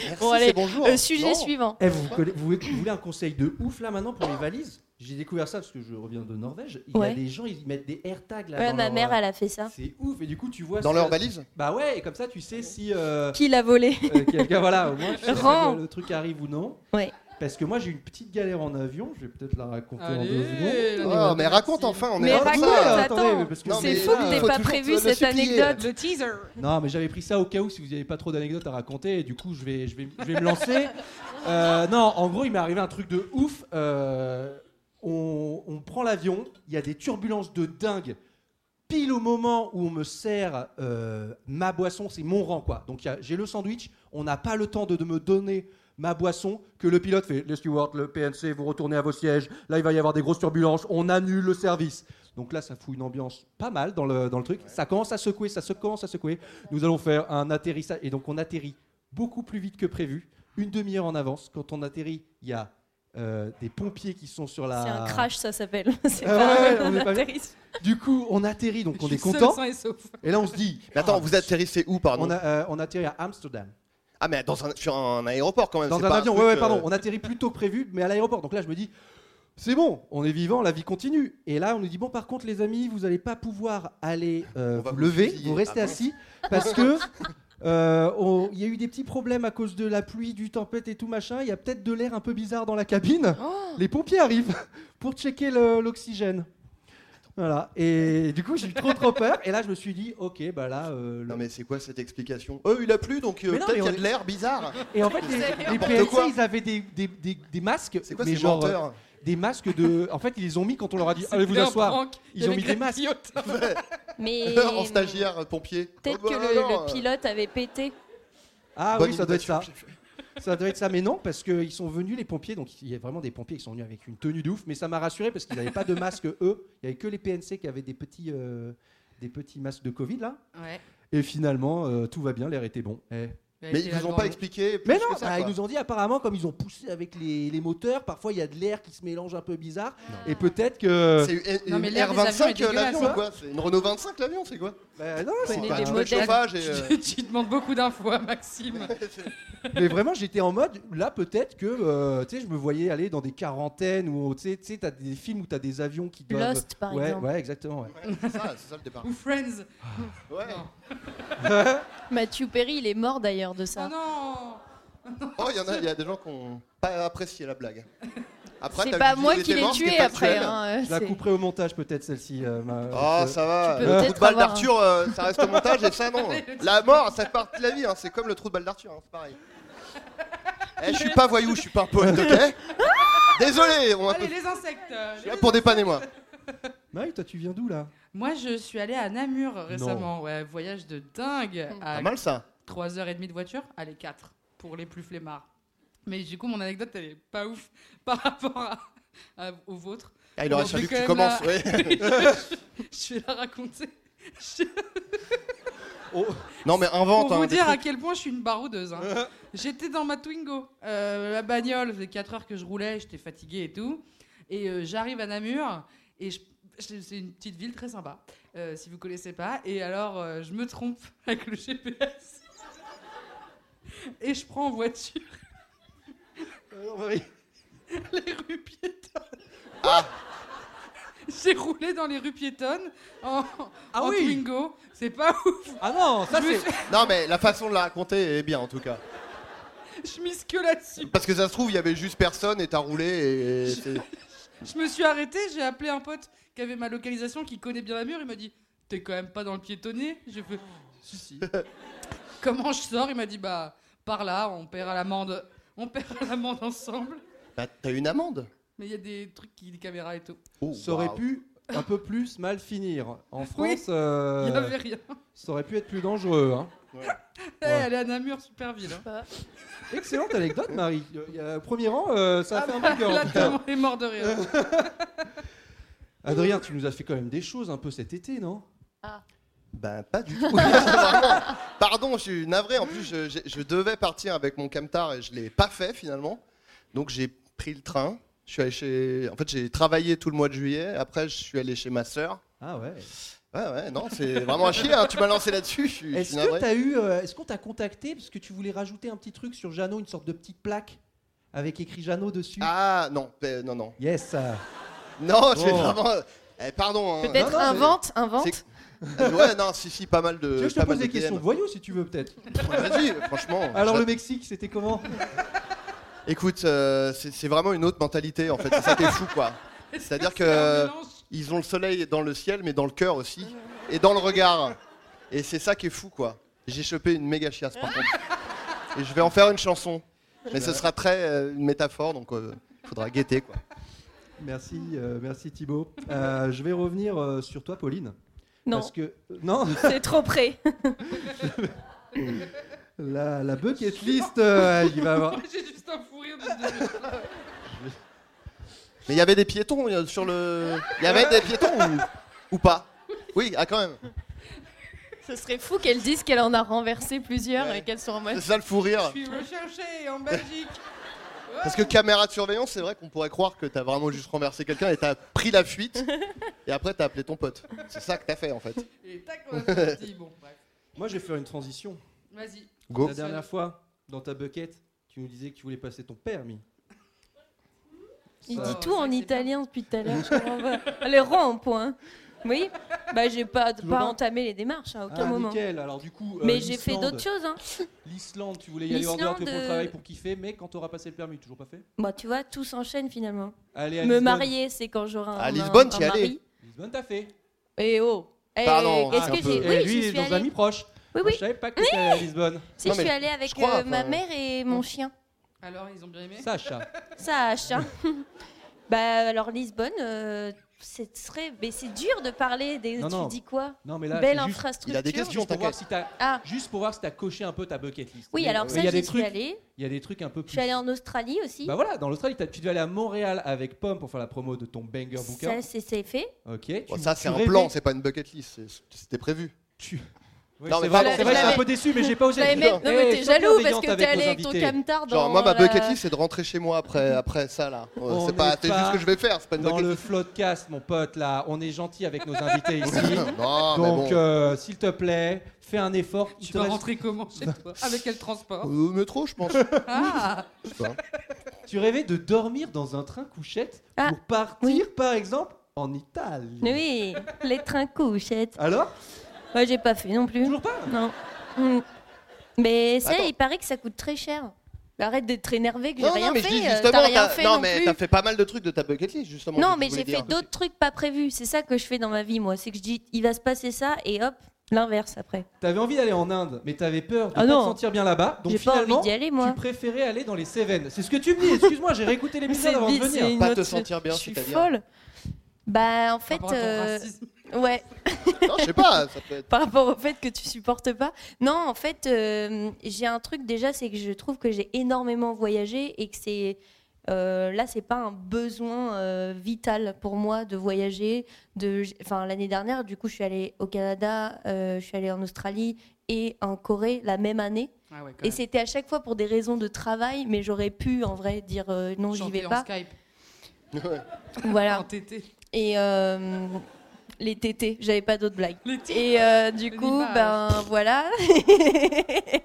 K: Merci,
E: Bon, allez, euh, sujet suivant.
L: Eh, vous, conna- vous- vous voulez un conseil de ouf là maintenant pour les valises J'ai découvert ça parce que je reviens de Norvège. Il y
E: Ouais.
L: a des gens, ils mettent des AirTags là.
E: Ouais,
L: dans
E: ma
L: leur,
E: mère,
L: euh,
E: elle a fait ça.
L: C'est ouf. Et du coup, tu vois.
K: Dans
L: ce-
K: leur valise
L: Bah ouais, et comme ça, tu sais si. euh,
E: Qui l'a volé
L: euh, Quelqu'un, voilà, au moins, tu sais si
E: Rends.
L: le- le truc arrive ou non.
E: Ouais.
L: Parce que moi, j'ai eu une petite galère en avion. Je vais peut-être la raconter en
K: Allez,
L: deux
K: la
L: secondes.
K: Oh, mais raconte enfin, on est Mais là pour raconte, ça. attends. Non, mais là, faut toujours te- le supplier.
G: Le teaser.
L: Non, mais j'avais pris ça au cas où si vous n'avez pas trop d'anecdotes à raconter, et du coup, je vais, je vais, je vais me lancer. Euh, non, en gros, il m'est arrivé un truc de ouf. Euh, on, on prend l'avion, il y a des turbulences de dingue. Pile au moment où on me sert euh, ma boisson, c'est mon rang, quoi. Donc, il y a- j'ai le sandwich, on n'a pas le temps de, de me donner ma boisson, que le pilote fait les stewards, le PNC, vous retournez à vos sièges, là il va y avoir des grosses turbulences, on annule le service. Donc là, ça fout une ambiance pas mal dans le, dans le truc. Ça commence à secouer, ça se commence à secouer. Nous allons faire un atterrissage. Et donc, on atterrit beaucoup plus vite que prévu, une demi-heure en avance. Quand on atterrit, il y a euh, des pompiers qui sont sur la.
E: C'est un crash, ça s'appelle. C'est
L: Ah
E: pas
L: ouais,
E: un
L: on est pas bien.
E: atterrissage.
L: Du coup, on atterrit, donc on
K: suis
L: est
K: seul,
L: content.
K: sain
G: et sauf.
L: là, on se dit.
K: Mais attends, vous atterrissez où, pardon
L: On, a- euh, on atterrit à Amsterdam.
K: Ah, mais dans un, sur un aéroport quand même.
L: Dans
K: c'est
L: un
K: pas
L: avion,
K: truc,
L: ouais, ouais,
K: euh,
L: pardon. On atterrit plus tôt que prévu, mais à l'aéroport. Donc là, je me dis, c'est bon, on est vivant, la vie continue. Et là, on nous dit, bon, par contre, les amis, vous n'allez pas pouvoir aller euh, vous lever, vous restez
K: Ah, mince.
L: assis, parce que euh, on- il y a eu des petits problèmes à cause de la pluie, du tempête et tout machin. Il y a peut-être de l'air un peu bizarre dans la cabine. Les pompiers arrivent pour checker le- l'oxygène. Voilà, et du coup j'ai eu trop trop peur, et là je me suis dit, ok, bah là.
K: Non, mais c'est quoi cette explication Euh, il a plu, donc euh,
L: Mais non,
K: peut-être
L: mais
K: qu'il y a
L: on
K: de
L: est-
K: l'air bizarre.
L: Et en fait, les, les
K: N'importe
L: PLC,
K: quoi.
L: ils avaient des, des, des, des masques. C'est
K: quoi
L: mais
K: ces
L: genre,
K: menteurs
L: euh, Des masques de. En fait, ils les ont mis quand on leur a dit
K: C'est
L: allez vous
K: bien
L: asseoir.
K: prank. Il y
L: Ils ont
K: avait
L: mis des
K: que
L: masques.
E: Mais
K: en stagiaire, euh, pompier.
E: peut-être
K: Oh,
E: que
K: bah,
E: le,
K: non,
E: le
K: euh,
E: pilote avait pété.
L: Ah
K: Bonne
L: oui, ça doit être ça.
K: imitation,
L: Ça doit être ça, mais non, parce qu'ils sont venus, les pompiers, donc il y a vraiment des pompiers qui sont venus avec une tenue de ouf, mais ça m'a rassuré parce qu'ils n'avaient pas de masque, eux. Il n'y avait que les PNC qui avaient des petits, euh, des petits masques de Covid, là.
G: Ouais.
L: Et finalement, euh, tout va bien, l'air était bon. Eh,
K: Mais ils vous ont pas expliqué. plus
L: Mais
K: que
L: non,
K: ça,
L: bah, ils
K: quoi.
L: nous ont dit apparemment, comme ils ont poussé avec les, les moteurs, parfois il y a de l'air qui se mélange un peu bizarre. Et peut-être que.
K: C'est une- Non, mais une l'air des R25, avions est euh, l'avion, dégueulasse, quoi. hein. C'est une Renault 25 l'avion, c'est quoi
L: Bah non,
K: C'est
L: c'est
K: pas- tu mets le chauffage et, euh,
G: Tu, tu demandes beaucoup d'infos à Maxime.
L: Mais vraiment, j'étais en mode, là peut-être que, euh, tu sais, je me voyais aller dans des quarantaines ou, tu sais- tu sais, t'as des films où t'as des avions qui doivent.
G: Lost, par
L: ouais,
G: exemple.
L: Ouais, exactement. ouais.
K: Ouais, c'est ça, c'est ça le départ.
G: Ou Friends.
K: Ouais.
E: Mathieu Perry, il est mort d'ailleurs de ça.
K: Oh, il y en a, il y a des gens qui ont pas apprécié la blague. Après,
E: C'est
K: t'as
E: pas
K: vu
E: moi
K: qu'il
E: qui
K: était
E: l'ai
K: mort,
E: tué
K: c'était
E: après,
K: factuel.
E: hein, euh,
L: Je la couperai au montage peut-être celle-ci. euh, ma-
K: Oh,
L: euh,
K: ça va.
L: tu peux
K: Le
L: peut-être
K: trou de balle
L: avoir
K: d'Arthur, euh, ça reste au montage et ça, non. La mort, ça fait partie de la vie. hein. C'est comme le trou de balle d'Arthur, hein, c'est pareil. Eh, je suis pas voyou, je suis pas un poète, ok Désolé, on va
G: Allez, les insectes. euh, les-
K: pour dépanner moi.
L: Marie, toi, tu viens d'où là
G: Moi, je suis allée à Namur récemment. Ouais, voyage de dingue. À
K: Pas mal, ça.
G: 3h30 de voiture. Allez, 4 pour les plus flemmards. Mais du coup, mon anecdote, elle est pas ouf par rapport à, à- au vôtre.
K: Ah, il aurait
G: Bon,
K: fallu
G: je vais
K: que tu
G: quand même
K: commences, ouais.
G: je, je vais la raconter. Je-
K: Non, mais invente.
G: Pour
K: hein,
G: vous
K: des
G: dire à
K: trucs.
G: quel point je suis une baroudeuse. hein. J'étais dans ma Twingo, euh, la bagnole, ça faisait 4 heures que je roulais, j'étais fatiguée et tout. Et euh, j'arrive à Namur, et je- je- c'est une petite ville très sympa, euh, si vous connaissez pas. Et alors, euh, je me trompe avec le GPS. et je prends en voiture
K: Euh,
G: les rues piétonnes.
K: Ah.
G: J'ai roulé dans les rues piétonnes en, en Twingo. C'est pas ouf.
L: Ah non,
K: Ah Ça, c'est- Non, mais la façon de la raconter est bien en tout cas.
G: Je mise que là-dessus.
K: Parce que ça se trouve, il y avait juste personne et t'as roulé et. c'est-
G: Je me suis arrêtée, j'ai appelé un pote qui avait ma localisation, qui connaît bien la mur. Il m'a dit T'es quand même pas dans le piétonnier J'ai fait Si, si. Comment je sors Il m'a dit Bah, par là, on perd à l'amende. On perd à l'amende ensemble.
K: Bah, t'as une amende Oh,
G: Mais il y a des trucs qui. des caméras et tout.
L: Ça aurait
K: waouh.
L: pu un peu plus mal finir. En France, euh,
G: il y avait rien.
L: ça aurait pu être plus dangereux. hein.
G: Eh, elle est à Namur, super ville. hein.
L: Excellente anecdote, Marie. Euh, y a- Premier rang, euh, ça
G: Ah
L: a fait un
G: bah,
L: peu cœur.
G: là,
L: en tout
G: tout le
L: cas.
G: monde est mort de rire.
L: Adrien, tu nous as fait quand même des choses un peu cet été, non
K: Ben, pas du tout. Vraiment. Pardon, je suis navré. En plus, je, je- je devais partir avec mon camtar et je l'ai pas fait finalement. Donc j'ai pris le train. Je suis allé chez. En fait, j'ai travaillé tout le mois de juillet. Après, je suis allé chez ma sœur.
L: Ah ouais.
K: Ouais, ouais. Non, c'est vraiment à chier. hein. Tu m'as lancé là-dessus. Je suis- je
L: Est-ce
K: suis
L: que
K: navré.
L: t'as eu, euh, est-ce qu'on t'a contacté parce que tu voulais rajouter un petit truc sur Jeannot, une sorte de petite plaque avec écrit Jeannot dessus
K: Ah non, ben, non, non.
L: Yes. euh.
K: Non, j'ai
L: Oh.
K: vraiment. Eh, pardon. hein.
E: Peut-être
K: Non, non,
E: invente,
K: c'est-
E: invente.
K: c'est- Ouais, non, si, si, pas mal de.
L: Tu veux que je te
K: pas mal
L: pose des
K: de
L: questions
K: DM.
L: voyous si tu veux peut-être.
K: Ouais, Vas-y, franchement.
L: Alors
K: j'a-
L: le Mexique, c'était comment
K: Écoute, euh, c'est c'est vraiment une autre mentalité en fait. C'est ça qui est fou quoi. C'est-à-dire que euh, ils ont le soleil dans le ciel, mais dans le cœur aussi, et dans le regard. Et c'est ça qui est fou quoi. J'ai chopé une méga chiasse par contre. Et je vais en faire une chanson. Mais ce sera très euh, une métaphore, donc euh, faudra guetter quoi.
L: Merci, euh, merci Thibaut. Euh, je vais revenir euh, sur toi, Pauline.
E: Non.
L: Parce que euh, non.
E: C'est trop près.
L: la, la bucket list, euh, il va y avoir.
G: J'ai juste un fou rire de de-
K: Mais il y avait des piétons euh, sur le. Il y avait des piétons ou, ou pas Oui, ah quand même.
E: Ce serait fou qu'elle dise qu'elle en a renversé plusieurs et qu'elle soit en mode.
K: C'est ça le fou rire.
G: Je suis recherchée en Belgique.
K: Parce que caméra de surveillance, c'est vrai qu'on pourrait croire que t'as vraiment juste renversé quelqu'un et t'as pris la fuite et après t'as appelé ton pote. C'est ça que t'as fait en fait.
G: Et tac, on a sorti. Bon, bref.
L: Moi, je vais faire une transition.
G: Vas-y.
K: Go.
L: La dernière fois, dans ta bucket, tu nous disais que tu voulais passer ton permis.
E: Il
L: Ça-
E: dit tout en italien depuis tout à l'heure. je comprends pas. Allez, rends en point. Oui, bah j'ai pas,
L: Toujours
E: pas
L: pas
E: entamé les démarches à aucun
L: Ah,
E: moment.
L: nickel. Alors du coup, euh,
E: Mais j'ai fait
L: l'Islande.
E: d'autres choses. Hein.
L: L'Islande, tu voulais y aller hors dehors pour le
E: L'Islande,
L: travail
E: euh,
L: pour kiffer, mais quand t'auras passé le permis, toujours pas fait
E: Bah tu vois, tout s'enchaîne finalement.
L: Allez, à
E: Me
L: Lisbonne.
E: marier, c'est quand j'aurai un,
L: À
E: un-
L: Lisbonne,
E: un
L: t'y allais.
E: mari.
L: Lisbonne, t'as fait.
E: Et oh. Eh,
L: Pardon,
E: qu'est-ce
L: c'est un
E: que
L: peu-
E: j'ai
L: Et
E: Oui,
L: lui,
E: j'y
L: il est
E: suis
L: dans un
E: allée.
L: ami proche. Moi,
E: Oui, oui.
L: Je savais pas que t'étais allée à Lisbonne.
E: Si je suis allée avec euh, ma mère et mon chien.
G: Alors, ils ont bien aimé
L: Sacha.
E: Sacha. bah alors Lisbonne, euh, c'est très, mais c'est dur de parler des.
L: Non,
E: tu
L: non.
E: dis quoi
L: Non, mais là,
E: Belle
L: c'est juste-
E: infrastructure.
L: Juste pour voir si t'as-
E: Ah.
L: Juste pour voir si t'as coché un peu ta bucket list.
E: Oui, alors
L: Mais
E: ça,
L: il y a
E: j'y
L: des
E: suis
L: trucs-
E: allée.
L: Il y a des trucs un peu
E: Je
L: plus.
E: suis allée en Australie aussi.
L: Bah voilà, dans l'Australie, t'as- tu devais aller à Montréal avec Pomme pour faire la promo de ton banger booker.
E: ça, c'est c'est fait.
L: Ok.
K: Bon,
L: tu-
K: ça,
L: tu
K: c'est un
L: rêvais-
K: plan, c'est pas une bucket list, c'est- c'était prévu.
L: Tu...
P: Oui,
K: Non,
P: c'est
K: mais
P: vrai,
K: pardon.
P: c'est vrai,
K: Je
P: je suis un
K: l'avais-
P: peu déçu, mais j'ai pas osé.
K: je l'avais
P: Genre,
K: même- non, mais
P: hey,
K: t'es
P: sois
K: jaloux parce
P: bienveillante
K: que t'es
P: avec
K: allé
P: nos
K: avec ton
P: invités.
K: camtar Genre, moi, ma bucket list, c'est de rentrer chez moi après, après ça, là. Euh,
P: On
K: C'est pas,
P: n'est
K: c'est juste ce que je vais faire, c'est pas une
P: Dans
K: bucket
P: le
K: list.
P: floodcast, mon pote, là, on est gentil avec nos invités ici.
K: Non, mais
P: Donc,
K: bon.
P: euh, s'il te plaît, fais un effort. Il
G: Tu
P: te
G: vas
P: reste-
G: rentrer comment chez toi Avec quel transport
K: Au métro, je pense.
G: Ah
P: Tu rêvais de dormir dans un train couchette
L: Ah,
P: pour partir, par exemple, en Italie.
L: Oui, les trains couchettes.
P: Alors
L: Moi, j'ai pas fait non plus. Toujours
P: pas Bah,
L: Non. Mm. Mais ça,
K: Attends.
L: il paraît que ça coûte très cher. Arrête d'être énervé que j'ai
K: Non, non,
L: rien
K: mais je
L: fait.
K: dis
L: euh,
K: justement,
L: t'as rien
K: t'as-
L: fait
K: non,
L: non,
K: mais
L: plus.
K: t'as fait pas mal de trucs de ta bucket list, justement.
L: Non,
K: je
L: mais
K: voulais
L: j'ai fait
K: dire.
L: d'autres trucs pas prévus. C'est ça que je fais dans ma vie, moi. C'est que je dis, il va se passer ça, et hop, l'inverse après.
P: T'avais envie d'aller en Inde, mais t'avais peur de
L: Ah
P: pas
L: non.
P: te sentir bien là-bas. Donc
L: J'ai pas
P: finalement,
L: envie d'y aller, moi.
P: tu préférais aller dans les Cévennes. C'est ce que tu me dis. Excuse-moi, j'ai réécouté l'épisode
L: C'est
P: avant de
L: bi-
P: venir.
L: c'est une autre- Je suis folle. Bah, en fait.
P: rapport à ton racisme.
L: Ouais.
K: Non, je sais pas, ça peut être.
L: Par rapport au fait que tu supportes pas. Non, en fait, euh, j'ai un truc déjà, c'est que je trouve que j'ai énormément voyagé et que c'est. euh, là, c'est pas un besoin euh, vital pour moi de voyager. De, j- enfin, l'année dernière, du coup, je suis allée au Canada, euh, je suis allée en Australie et en Corée la même année.
G: Ah ouais, quand
L: et
G: même.
L: c'était à chaque fois pour des raisons de travail, mais j'aurais pu en vrai dire euh, non, j'y
G: Chanter
L: vais
G: en
L: pas.
G: Skype.
L: Voilà.
G: En tété.
L: Et euh, les tétés, j'avais pas d'autres blagues. Et euh, du coup,
G: images.
L: ben voilà.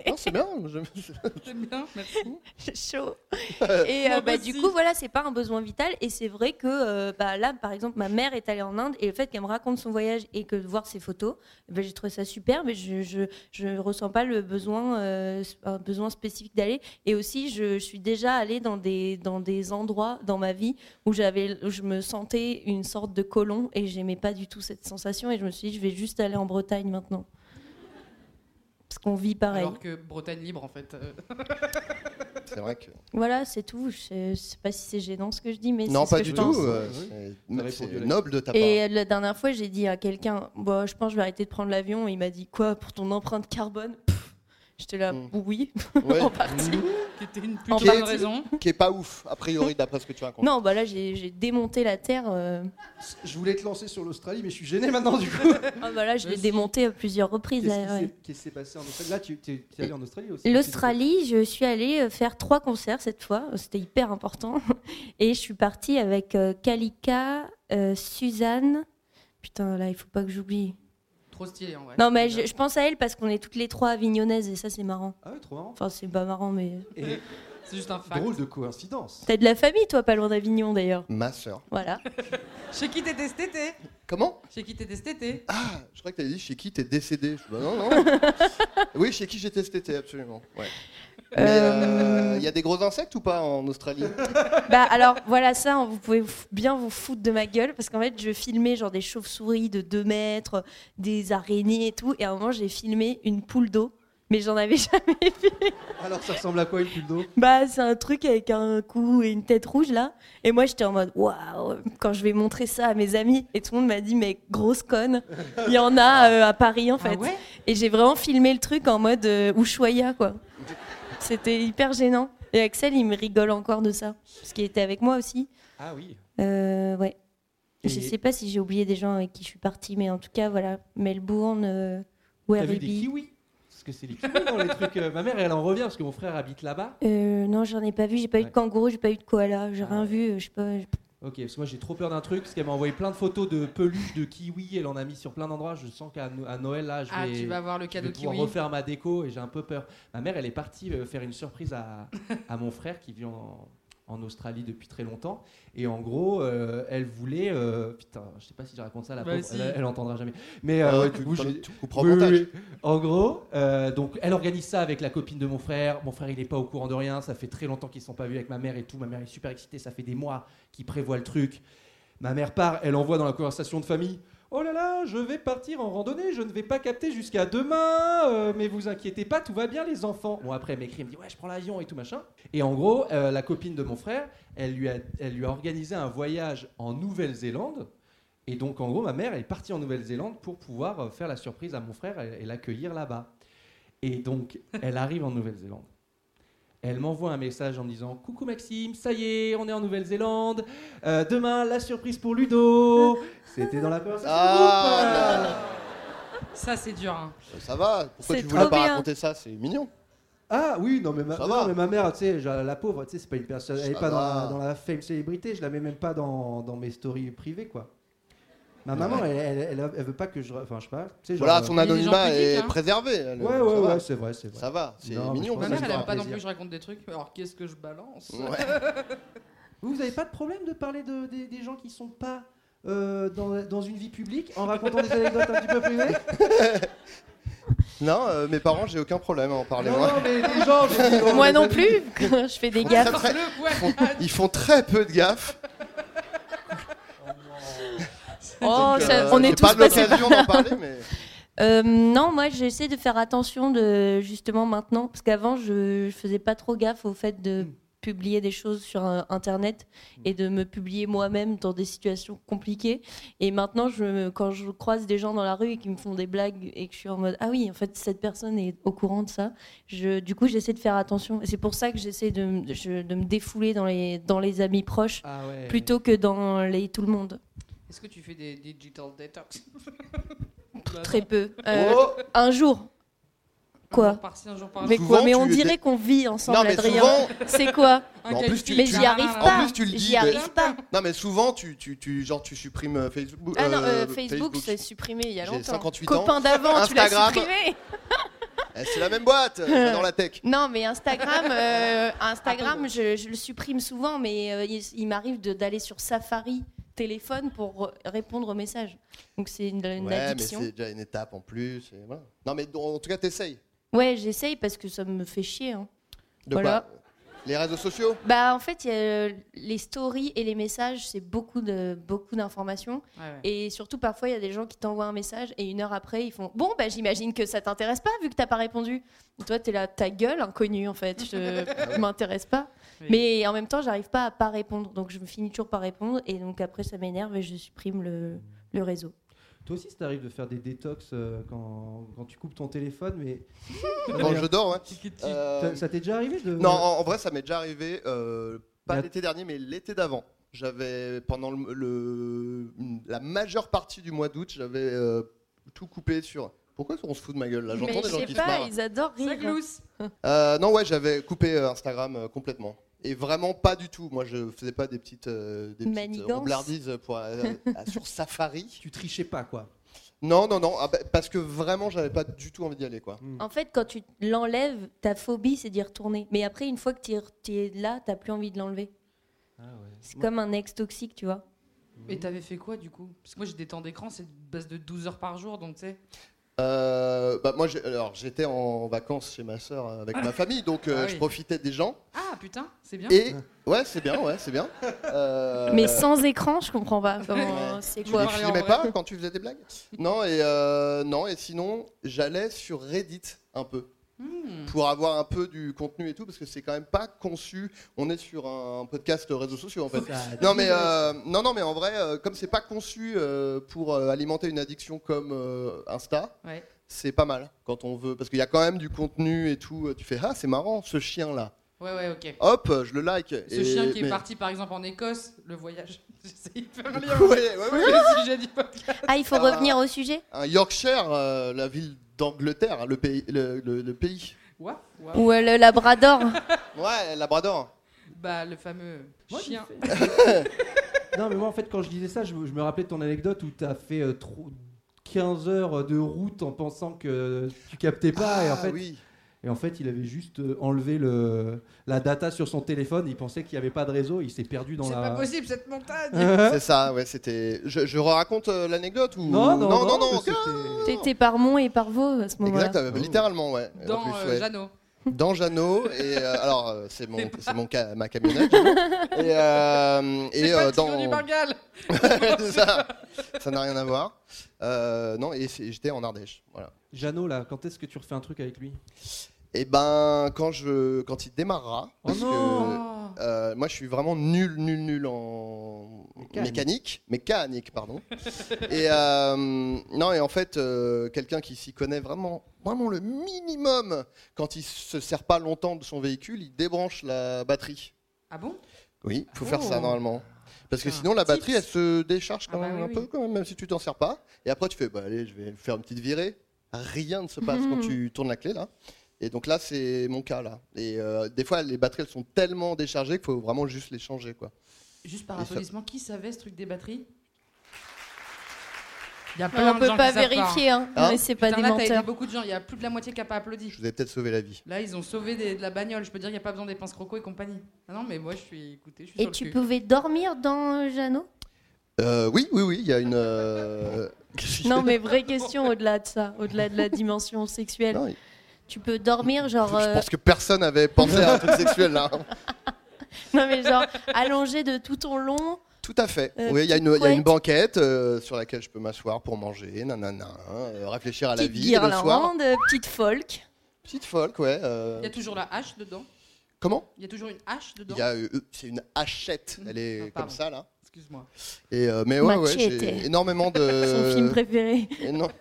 K: Non, c'est bien.
G: C'est bien, merci.
L: Chaud. Et euh,
G: Moi
L: bah,
G: aussi.
L: du coup, voilà, c'est pas un besoin vital. Et c'est vrai que euh, bah, là, par exemple, ma mère est allée en Inde et le fait qu'elle me raconte son voyage et que de voir ses photos, bah, j'ai trouvé ça super, mais je, je, je ressens pas le besoin, euh, un besoin spécifique d'aller. Et aussi, je, je suis déjà allée dans des, dans des endroits dans ma vie où, j'avais, où je me sentais une sorte de colon et j'aimais pas du tout cette sensation. Et je me suis dit, je vais juste aller en Bretagne maintenant. Parce qu'on vit pareil.
G: Alors que Bretagne libre, en fait. euh.
K: C'est vrai que.
L: Voilà, c'est tout. Je sais, je sais pas si c'est gênant ce que je dis, mais
K: Non,
L: c'est ce
K: pas
L: que
K: du
L: je
K: tout.
L: pense.
K: euh,
P: T'as
K: c'est-
P: répondu
K: C'est
P: là.
K: noble de ta part.
L: Et la dernière fois, j'ai dit à quelqu'un, bah, je pense que je vais arrêter de prendre l'avion. Et il m'a dit, quoi, pour ton empreinte carbone Pff, J'étais là, oui,
K: Mm. Ouais.
L: en partie.
G: C'était une
L: En
K: Qui est-
L: partie.
K: Qui est pas ouf, a priori, d'après ce que tu racontes.
L: Non, bah là, j'ai j'ai démonté la Terre. euh.
P: Je voulais te lancer sur l'Australie, mais je suis gêné maintenant du coup.
L: Ah, bah là, je l'ai démonté à plusieurs reprises.
P: Qu'est-ce qui
L: là,
P: s'est-
L: ouais.
P: qu'est-ce qui s'est passé en Australie Là, tu es, allé en Australie aussi.
L: L'Australie, je suis allée euh, faire trois concerts cette fois, c'était hyper important. Et je suis partie avec euh, Kalika, euh, Suzanne. Putain, là, il faut pas que j'oublie.
G: Trop stylé, en vrai.
L: non, mais je, je pense à elle parce qu'on est toutes les trois avignonnaises et ça, c'est marrant.
P: Ah ouais, trop marrant.
L: Enfin, c'est pas marrant, mais.
P: Et-
G: C'est juste un fact.
P: Drôle de coïncidence.
L: T'as de la famille, toi, pas loin d'Avignon d'ailleurs.
K: Ma sœur.
L: Voilà.
G: Chez qui t'étais cet été
K: Comment
G: Chez qui t'étais cet été
K: Ah, je crois que t'avais dit chez qui t'es décédé. Je dis, bah non, non. oui, chez qui j'étais testé, absolument. Ouais. Mais, euh, Il y a des gros insectes ou pas en Australie
L: bah alors voilà ça, on- vous pouvez vous- bien vous foutre de ma gueule parce qu'en fait je filmais genre des chauves-souris de 2 mètres, des araignées et tout, et à un moment j'ai filmé une poule d'eau, mais j'en avais jamais.
P: Alors, ça ressemble à quoi une poule d'eau
L: Bah c'est un truc avec un cou et une tête rouge là, et moi j'étais en mode waouh quand je vais montrer ça à mes amis et tout le monde m'a dit mais grosse conne, il y en a euh, à Paris en
G: Ah
L: fait, et j'ai vraiment filmé le truc en mode euh, Ushuaïa quoi. C'était hyper gênant. Et Axel, il me rigole encore de ça. Parce qu'il était avec moi aussi.
P: Ah oui.
L: Euh, ouais.
P: Et-
L: Je sais pas si j'ai oublié des gens avec qui je suis partie, mais en tout cas, voilà. Melbourne, euh,
P: T'as vu des
L: Werribee.
P: kiwis Parce que c'est les kiwis dans les trucs. euh, ma mère, elle en revient parce que mon frère habite là-bas. Ah
L: Euh, non, j'en ai pas vu. J'ai pas eu de kangourou, j'ai pas eu de koala, j'ai rien vu. euh, Je sais pas. je-
P: Ok, parce que moi j'ai trop peur d'un truc, parce qu'elle m'a envoyé plein de photos de peluches, de kiwis, elle en a mis sur plein d'endroits. Je sens qu'à No- à Noël là, je
G: Ah,
P: vais,
G: tu vas avoir le
P: je
G: cadeau
P: vais pouvoir
G: kiwi.
P: refaire ma déco et j'ai un peu peur. Ma mère, elle est partie euh, faire une surprise à, à mon frère qui vit en, en Australie depuis très longtemps. Et en gros, euh, elle voulait, euh, putain, je sais pas si je raconte ça, la
O: Bah,
P: pauvre,
O: si.
P: elle, elle entendra jamais. Mais euh,
O: Ah ouais,
P: du
O: tu-
P: coup,
O: t'en-
P: j'ai-
O: tu couperas au
P: Oui, oui,
O: montage.
P: oui. En gros, euh, donc elle organise ça avec la copine de mon frère. Mon frère, il est pas au courant de rien. Ça fait très longtemps qu'ils se sont pas vus avec ma mère et tout. Ma mère est super excitée. Ça fait des mois qu'ils prévoient le truc. Ma mère part. Elle envoie dans la conversation de famille. Oh là là, je vais partir en randonnée. Je ne vais pas capter jusqu'à demain. euh, mais vous inquiétez pas, tout va bien, les enfants. Bon après, elle m'écrit, elle me dit ouais, je prends l'avion et tout machin. Et en gros, euh, la copine de mon frère, elle lui a, elle lui a organisé un voyage en Nouvelle-Zélande. Et donc, en gros, ma mère elle est partie en Nouvelle-Zélande pour pouvoir euh, faire la surprise à mon frère et, et l'accueillir là-bas. Et donc, elle arrive en Nouvelle-Zélande. Elle m'envoie un message en me disant Coucou Maxime, ça y est, on est en Nouvelle-Zélande. Euh, demain, la surprise pour Ludo. C'était dans la conversation. de
K: Ah,
P: groupe.
K: là, là.
G: Ça, c'est dur. hein.
K: Euh, Ça va, pourquoi
G: C'est
K: tu voulais
G: trop
K: pas
G: bien.
K: raconter ça C'est mignon.
P: Ah oui, non mais ma,
K: Ça
P: non,
K: va.
P: mais ma mère, tu sais, j'a- la pauvre, tu sais, c'est pas une personne, elle est
K: Ça
P: pas dans la,
K: va.
P: dans la fame célébrité, je la mets même pas dans, dans mes stories privées quoi. Ma maman, elle, elle, elle- elle veut pas que je, enfin je sais pas, tu sais, genre,
K: Voilà, son
P: euh,
K: anonymat est
L: hein.
K: préservé. elle, euh,
P: Ouais,
K: ça
P: ouais,
K: va.
P: ouais, c'est vrai, c'est vrai.
K: Ça va, c'est
P: Non, mais
K: mignon.
P: je
G: Ma
P: pense
G: mère,
P: que
G: elle
P: ça
G: aime
P: fera
G: pas non
P: plaisir.
G: plus que je raconte des trucs. Alors, qu'est-ce que je balance
P: Ouais. Vous, vous avez pas de problème de parler de, des, des gens qui sont pas euh, dans, dans une vie publique en racontant des anecdotes un petit peu privées
K: Non, euh, mes parents, j'ai aucun problème à en parler.
P: Non,
K: moi.
P: non, mais les gens, j'ai dit, oh,
L: Moi
P: les
L: non
P: amis.
L: plus, je fais des
K: Ils font
L: gaffes.
K: très, très- ils font- ils font très peu de gaffes.
L: Oh,
K: Donc,
L: ça-
K: euh,
L: on est
K: j'ai
L: tous
K: pas
L: passés
K: l'occasion
L: par
K: d'en
L: là.
K: parler, mais
L: Euh, non, moi j'essaie de faire attention de justement maintenant, parce qu'avant je, je faisais pas trop gaffe au fait de
G: Hmm.
L: publier des choses sur euh, internet et de me publier moi-même dans des situations compliquées. Et maintenant, je, me- quand je croise des gens dans la rue et qui me font des blagues et que je suis en mode ah oui, en fait cette personne est au courant de ça, je, du coup j'essaie de faire attention. Et c'est pour ça que j'essaie de, m- je- de me défouler dans les, dans les amis proches
G: Ah ouais.
L: plutôt que dans les tout le monde.
G: Est-ce que tu fais des digital detox
L: Très peu. Euh,
G: Oh
L: Un jour. Quoi
G: par-ci, un jour par-là.
L: Mais quoi
G: Souvent,
L: Mais on
G: tu étais-
L: dirait qu'on vit ensemble,
K: Non, mais
L: Adrien.
K: souvent-
L: C'est quoi
K: Mais en plus, tu,
L: Mais
K: tu-
L: j'y arrive
K: en
L: pas.
K: plus, tu le dis,
L: J'y
K: mais-
L: arrive pas.
K: Non, mais souvent, tu, tu, tu- genre, tu supprimes euh, Facebook.
L: Ah non,
K: euh,
L: euh, Facebook, c'est supprimé il y a
K: J'ai
L: longtemps.
K: 58 ans.
L: Copain d'avant, tu l'as
K: Instagram.
L: supprimé.
K: Eh, C'est la même boîte, euh, dans la tech.
L: Non, mais Instagram, euh,
K: Ah,
L: Instagram, je, je le supprime souvent, mais euh, il, il m'arrive de- d'aller sur Safari téléphone pour répondre aux messages. Donc c'est une, une
K: Ouais, mais
L: addiction.
K: c'est déjà une étape en plus. et voilà. Non, mais en en tout cas, t'essayes.
L: Ouais, j'essaye parce que ça me fait chier. hein.
K: De
L: Voilà.
K: quoi Les réseaux sociaux
L: Bah en fait, il y a, euh, les stories et les messages, c'est beaucoup de beaucoup d'informations.
K: Ouais, ouais.
L: Et surtout parfois, il y a des gens qui t'envoient un message et une heure après, ils font bon bah j'imagine que ça t'intéresse pas vu que t'as pas répondu. Et toi, t'es là, ta gueule inconnue en fait, je m'intéresse pas.
G: Oui.
L: Mais en même temps, j'arrive pas à pas répondre, donc je me finis toujours par répondre et donc après ça m'énerve et je supprime le, le réseau.
P: Toi aussi, ça t'arrive de faire des détox euh, quand, quand tu coupes ton téléphone, mais.
K: Quand je dors, ouais. Euh,
P: Ça t'est déjà arrivé de.
K: Non, en, en vrai, ça m'est déjà arrivé, euh, pas
P: Mais-
K: l'été dernier, mais l'été d'avant. J'avais, pendant le, le- la majeure partie du mois d'août, j'avais euh, tout coupé sur. Pourquoi on se fout de ma gueule là J'entends des gens qui se marrent.
L: adorent rire.
K: Euh, non, ouais, j'avais coupé euh, Instagram euh, complètement. Et vraiment pas du tout. Moi, je faisais pas des petites, euh, des petites
L: Manigances.
K: roublardises pour, euh, à- sur Safari.
P: Tu trichais pas, quoi.
K: Non, non, non. ah bah, parce que vraiment, j'avais pas du tout envie d'y aller,
G: Mm.
K: quoi.
L: En fait, quand tu l'enlèves, ta phobie, c'est d'y retourner. Mais après, une fois que tu es là, t'as plus envie de l'enlever.
P: Ah
L: C'est comme un ex toxique, tu vois.
G: Mais t'avais fait quoi du coup Parce que moi j'ai des temps d'écran, c'est une base de 12 heures par jour, donc tu sais.
K: Euh, bah, moi, j'ai- alors, j'étais en vacances chez ma sœur euh, avec ma famille, donc euh,
G: Ah oui.
K: je profitais des gens.
G: Ah putain, c'est bien.
K: Et ouais, c'est bien, ouais, c'est bien. Euh,
L: Mais sans écran, je comprends pas. euh, comment-
K: Ouais.
L: C'est
K: Tu
L: quoi
K: les filmais pas quand tu faisais des blagues Non et euh, non et sinon j'allais sur Reddit un peu
G: Hmm.
K: Mm. pour avoir un peu du contenu et tout parce que c'est quand même pas conçu. On est sur un podcast réseaux sociaux en fait. Non mais euh, non non mais en vrai euh, comme c'est pas conçu euh, pour euh, alimenter une addiction comme euh, Insta.
G: Ouais.
K: C'est pas mal quand on veut parce qu'il y a quand même du contenu et tout. Tu fais ah c'est marrant ce chien là.
G: Ouais, ouais, ok.
K: Hop euh, je le like.
G: Ce
K: Et-
G: chien qui est
K: mais-
G: parti par exemple en Écosse, le voyage. C'est hyper
K: Ouais,
G: lien.
K: ouais, ouais.
G: Le sujet du podcast.
L: Ah, il faut revenir au sujet
K: Un Yorkshire, euh, la ville d'Angleterre, le pays. Le, le- le pays.
G: Ouah, ouah.
L: Ou euh, le Labrador
K: Ouais, Labrador.
G: Bah, le fameux chien.
P: non, mais moi, en fait, quand je disais ça, je, me- je me rappelais de ton anecdote où t'as fait euh, trop- 15 heures de route en pensant que tu captais pas. et, en
K: Ah,
P: fait,
K: oui.
P: et en fait, il avait juste euh, enlevé le, la data sur son téléphone. Il pensait qu'il n'y avait pas de réseau. Il s'est perdu dans
G: C'est
P: la.
G: pas possible cette montagne.
K: C'est ça, ouais, c'était. Je, je raconte euh, l'anecdote ou.
P: Non, non,
K: non,
P: non,
K: non,
P: que
L: T'étais par Mont et par Vaux à ce moment-là.
K: Exact, euh, littéralement, ouais. en
G: Dans
K: plus,
G: euh,
K: ouais.
G: Jeannot.
K: Dans Jeannot, et euh, alors euh, c'est mon, c'est mon ca- ma camionnette. Jeannot. et euh, et,
G: C'est pas
K: euh,
G: le tigre
K: dans.
G: du Bengale.
K: C'est ça, ça n'a rien à voir. Euh, non, et c'est- j'étais en Ardèche, voilà.
P: Jeannot, là, quand est-ce que tu refais un truc avec lui
K: Et ben quand je quand il démarrera, parce
P: Oh non
K: que euh, moi je suis vraiment nul nul nul en mécanique,
P: Mécanique.
K: mécanique pardon. et euh, non et en fait euh, quelqu'un qui s'y connaît vraiment vraiment le minimum quand il se sert pas longtemps de son véhicule, il débranche la batterie.
G: Ah bon
K: Oui, faut
G: Oh.
K: faire ça normalement. Parce que sinon la batterie elle se décharge quand
G: Ah bah
K: même
G: oui,
K: un peu
G: oui.
K: quand même, même si tu t'en sers pas. Et après tu fais bah allez je vais faire une petite virée. rien ne se passe quand tu tournes la clé là. Et donc là, c'est mon cas là. Et euh, des fois, les batteries elles sont tellement déchargées qu'il faut vraiment juste les changer quoi.
G: Juste par
K: Et ça-
G: applaudissement, qui savait ce truc des batteries Il y a
L: Ouais,
G: plein
L: on
G: de
L: peut
G: gens
L: pas
G: qui savent
L: vérifier, hein.
K: Hein
L: mais c'est pas
G: Putain,
L: des
G: là, t'as
L: menteurs.
G: aidé beaucoup de gens. Il y a plus de la moitié qui n'a pas applaudi.
K: Je vous ai peut-être sauvé la vie.
G: Là, ils ont sauvé des- de la bagnole. Je peux dire, il n'y a pas besoin des pinces croco et compagnie. Ah non, mais moi, je suis. Écoutez, je suis sur
L: Et
G: le
L: tu
G: cul.
L: pouvais dormir dans euh, Jeannot
K: Euh, oui, oui, oui, il y a une. euh,
L: Non, mais vraie question au-delà de ça, au-delà de la dimension sexuelle.
K: Non, il-
L: Tu peux dormir genre.
K: Je
L: euh,
K: pense que personne n'avait pensé à un truc sexuel là.
L: Non mais genre allongé de tout ton long.
K: Tout à fait.
L: Euh,
K: oui, il y a
L: petite
K: une, il y a une
L: couette.
K: banquette euh, sur laquelle je peux m'asseoir pour manger, nanana, euh, réfléchir à la
L: Petite
K: vie et le soir.
L: guirlande, euh, petite folk.
K: Petite folk, ouais. euh,
G: Il y a toujours la hache dedans.
K: Comment
G: Il y a toujours une hache dedans. Ah,
K: Il y a, euh, c'est une hachette. Elle est
G: pardon.
K: comme ça là.
G: Excuse-moi.
K: Et euh, mais ouais, ouais,
L: Machete.
K: j'ai énormément de.
L: Son film préféré.
K: Éno-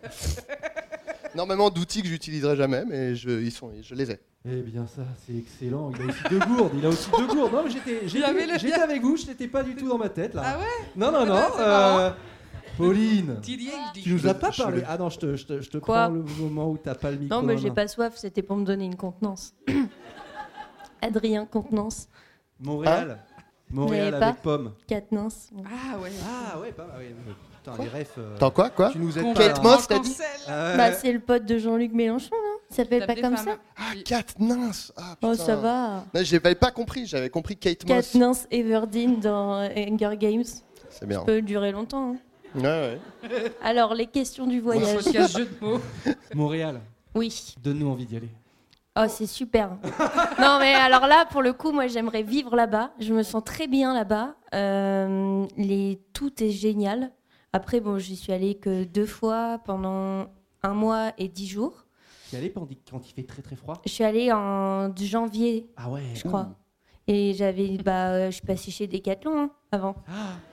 K: énormément d'outils que j'utiliserai jamais, mais je, ils sont, je les ai.
O: Eh bien, ça, c'est excellent. Il a aussi deux gourdes. Il a aussi deux gourdes. Non, mais j'étais,
G: Il y avait le-
O: j'étais, j'étais avec vous. Je n'étais pas du tout dans ma tête là.
G: Ah ouais
O: Non, non, non.
G: Ah, c'est
O: euh,
G: marrant.
O: Pauline,
G: TDHD.
O: tu nous as pas
K: Je- je
O: parlé.
K: le-
O: Ah non, je te, je te, je te
L: Quoi
O: prends le moment où t'as pas le micro.
L: Non mais j'ai
O: hein.
L: pas soif, c'était pour me donner une contenance. Adrien contenance.
O: Montréal. Montréal
L: Vous n'avez
O: avec
L: pas
O: Pomme.
L: Quatnance.
G: Ah ouais.
O: Ah ouais, pas. ah ouais, euh, Putain, les refs. euh,
K: Attends, quoi, quoi
O: Tu nous aides
K: Qu'on
O: pas,
K: va
O: là.
K: te Moss, t'as dit
O: Ah ouais.
L: Bah c'est le pote de Jean-Luc Mélenchon, non Il s'appelle
G: Tape
L: pas
G: des
L: comme
G: femmes. hein.
L: ça
K: Ah, Kate Nins Ah,
L: Oh
K: putain.
L: ça va.
K: Non, je n'avais pas compris, j'avais compris Kate Moss.
L: Katniss Everdeen dans euh, Hunger Games.
K: C'est bien.
L: Ça peut durer longtemps. hein.
K: Ouais, ouais.
L: Alors, les questions du voyage.
G: Podcast jeu de mots.
O: Montréal.
L: Oui.
O: Donne-nous envie d'y aller.
L: Oh, c'est super. non, mais alors là, pour le coup, moi, j'aimerais vivre là-bas. Je me sens très bien là-bas. Euh, les... Tout est génial. Après, bon, j'y suis allée que deux fois pendant un mois et dix jours.
O: T'y allais pendant- quand il fait très très froid
L: Je suis allée en janvier,
O: Ah ouais.
L: je crois. Et j'avais, bah, euh, je suis passée chez Decathlon hein, avant.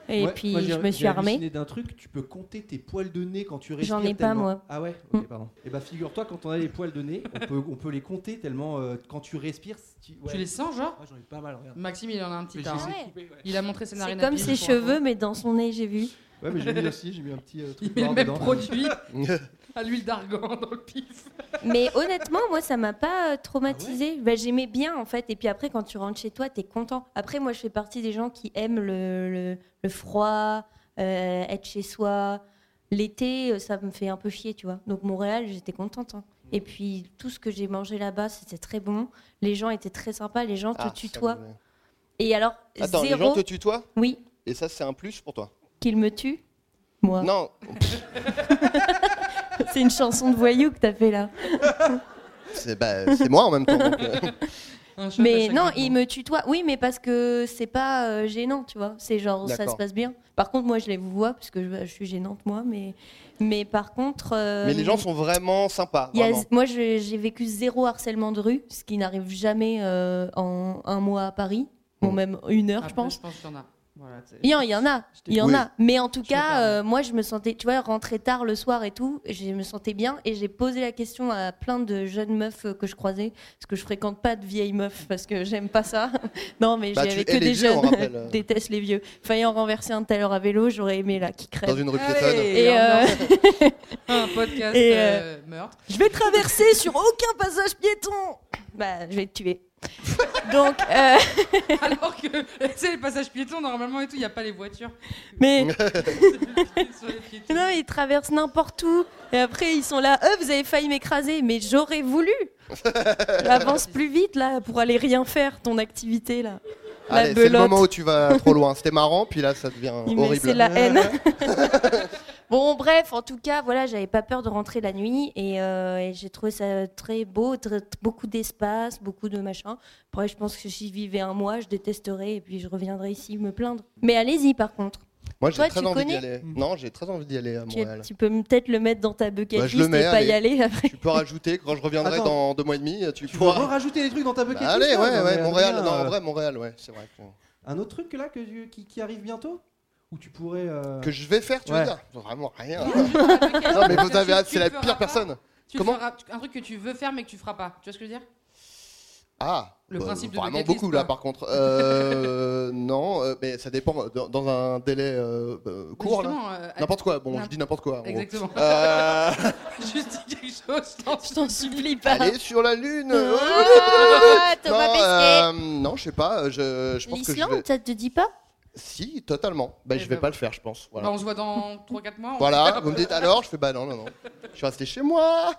L: Et
O: Ah. Ouais,
L: puis,
O: moi, j'ai-
L: je me
O: j'ai
L: suis armée.
O: halluciné d'un truc, tu peux compter tes poils de nez quand tu respires.
L: J'en ai pas,
O: tellement-
L: moi. Mm.
O: Ah ouais Ok, pardon. Et bah, figure-toi, quand on a les poils de nez, on peut, on peut les compter tellement euh, quand tu respires. Tu, ouais.
G: Tu les sens, genre
O: Moi, j'en ai pas mal, regarde.
G: Maxime, il en a un petit
O: Mais
G: tas.
O: je les ai
G: hein.
O: coupés, ouais.
G: Il a montré ses
L: C'est
G: narines.
L: comme
G: à
L: ses
G: Bill, pour
L: cheveux,
G: info.
L: mais dans son nez, j'ai vu.
O: Ouais, mais j'ai mis aussi, j'ai mis un petit euh, truc
G: Il met le
O: noir
G: même
O: dedans.
G: produit à l'huile d'argan dans le pif.
L: Mais honnêtement, moi, ça m'a pas traumatisé.
O: Ah
L: J'aimais bien, en fait. Et puis après, quand tu rentres chez toi, t'es content. Après, moi, je fais partie des gens qui aiment le, le- le froid, euh, être chez soi. L'été, euh, ça me fait un peu chier, tu vois. Donc, Montréal, j'étais contente. hein. Et puis, tout ce que j'ai mangé là-bas, c'était très bon. Les gens étaient très sympas. Les gens te
K: Ah, ça
L: tutoient.
K: me-
L: Et alors,
K: Attends,
L: zéro...
K: les gens te tutoient
L: Oui,
K: Et ça, c'est un plus pour toi
L: qu'ils me tuent. Moi.
K: Non,
L: C'est une chanson de voyou que t'as fait, là.
K: c'est bah, c'est moi en même temps. donc, euh,
G: Un cheveu à
L: Mais
G: chaque
L: non,
G: bout.
L: il me tutoie. Oui, mais parce que c'est pas euh, gênant, tu vois. C'est genre, ça
K: D'accord.
L: se passe bien. Par contre, moi, je les vois parce que je, je suis gênante, moi. Mais, mais par contre. euh,
K: Mais les gens sont vraiment sympas.
L: il y a-
K: vraiment.
L: moi, je- j'ai vécu zéro harcèlement de rue, ce qui n'arrive jamais euh, en un mois à Paris, ou
K: Mm.
L: même une heure,
G: Après,
L: je pense.
G: Je pense qu'il y en a. Voilà, c'est-
L: Il y en, il y en a,
G: te-
L: il y en
K: Oui.
L: a. Mais en tout
G: Je me
L: cas,
G: permets.
L: euh, moi, je me sentais, tu vois, rentrer tard le soir et tout, je me sentais bien et j'ai posé la question à plein de jeunes meufs euh, que je croisais, parce que je fréquente pas de vieilles meufs, parce que j'aime pas ça. non, mais
K: Bah,
L: j'avais
K: tu es
L: que des
K: les vieux, on
L: jeunes.
K: rappelle, euh.
L: Je déteste les vieux. Faillant renverser un tout à l'heure à vélo, j'aurais aimé là, qui crève.
K: Dans une rue piétonne.
G: Allez,
L: Et, euh,
G: ambiance. un podcast
L: Et,
G: euh, meurtre.
L: Je vais traverser sur aucun passage piéton. Bah, je vais te tuer. Donc, euh,
G: Alors que tu sais, les passages piétons, normalement, et tout, il n'y a pas les voitures.
L: mais
G: C'est juste sur les piétons.
L: Non, mais ils traversent n'importe où. Et après, ils sont là. Euh, vous avez failli m'écraser, mais j'aurais voulu. Avance plus vite, là, pour aller rien faire, ton activité, là. La
K: Allez, c'est le
L: belote.
K: moment où tu vas trop loin. C'était marrant, puis là, ça devient
L: Il me-
K: Oh, horrible.
L: C'est la haine. bon, bref, en tout cas, voilà, j'avais pas peur de rentrer la nuit. Et, euh, et j'ai trouvé ça très beau, très- beaucoup d'espace, beaucoup de machin. Après, je pense que si je vivais un mois, je détesterais. Et puis, je reviendrais ici me plaindre. Mais allez-y, par contre.
K: Moi, j'ai
L: Toi,
K: très
L: tu
K: envie d'y
L: connais
K: aller. Non, j'ai très envie d'y aller euh, à
L: Tu,
K: Montréal.
L: tu peux peut-être le mettre dans ta bucket
K: Bah, je
L: list
K: le
L: et
K: mets,
L: pas y aller après.
K: Tu peux rajouter, quand je reviendrai
O: Attends.
K: dans deux mois et demi, tu,
O: Tu peux
K: pourras.
O: rajouter des trucs dans ta bucket
K: Bah,
O: list,
K: allez,
O: là,
L: hein,
K: ouais,
O: non,
K: ouais,
O: mais
K: Montréal.
O: Adrien,
K: Non, en
O: euh,
K: vrai, Montréal, ouais, c'est vrai. Que,
O: Un autre truc là que, qui, qui arrive bientôt Ou tu pourrais. euh,
K: que je vais faire, tu
O: Ouais.
K: veux dire Vraiment rien.
G: Non,
K: non, mais vous avez hâte,
G: Tu
K: c'est
G: le
K: la
G: feras
K: pire
G: pas.
K: personne.
G: Tu
K: Comment
G: feras un truc que tu veux faire mais que tu feras pas. Tu vois ce que je veux dire
K: Ah,
G: Le principe de
K: bah, vraiment
G: bucket list,
K: beaucoup là
G: quoi.
K: par contre. Euh, non, euh, euh, mais ça dépend dans, dans un délai euh, euh, court. là.
G: Justement, euh,
K: n'importe quoi. Bon,
G: n'im-
K: je dis n'importe quoi. en gros.
G: Exactement.
K: Euh,
G: Juste dis quelque chose, je t'en-
E: Je t'en supplie
G: Bah.
E: pas.
K: Allez sur la lune.
E: Ah, Thomas
K: non,
E: Pesquet.
K: euh, non, je sais pas. Je, je pense que je
E: L'Islande,
K: vais...
E: ça te dit pas
K: Si, totalement. Bah, je vais pas le faire, je pense. Voilà.
G: Bah, on se voit dans 3-4 mois. on-
K: Voilà, vous me dites alors, je fais bah non, non, non. Je suis resté chez moi.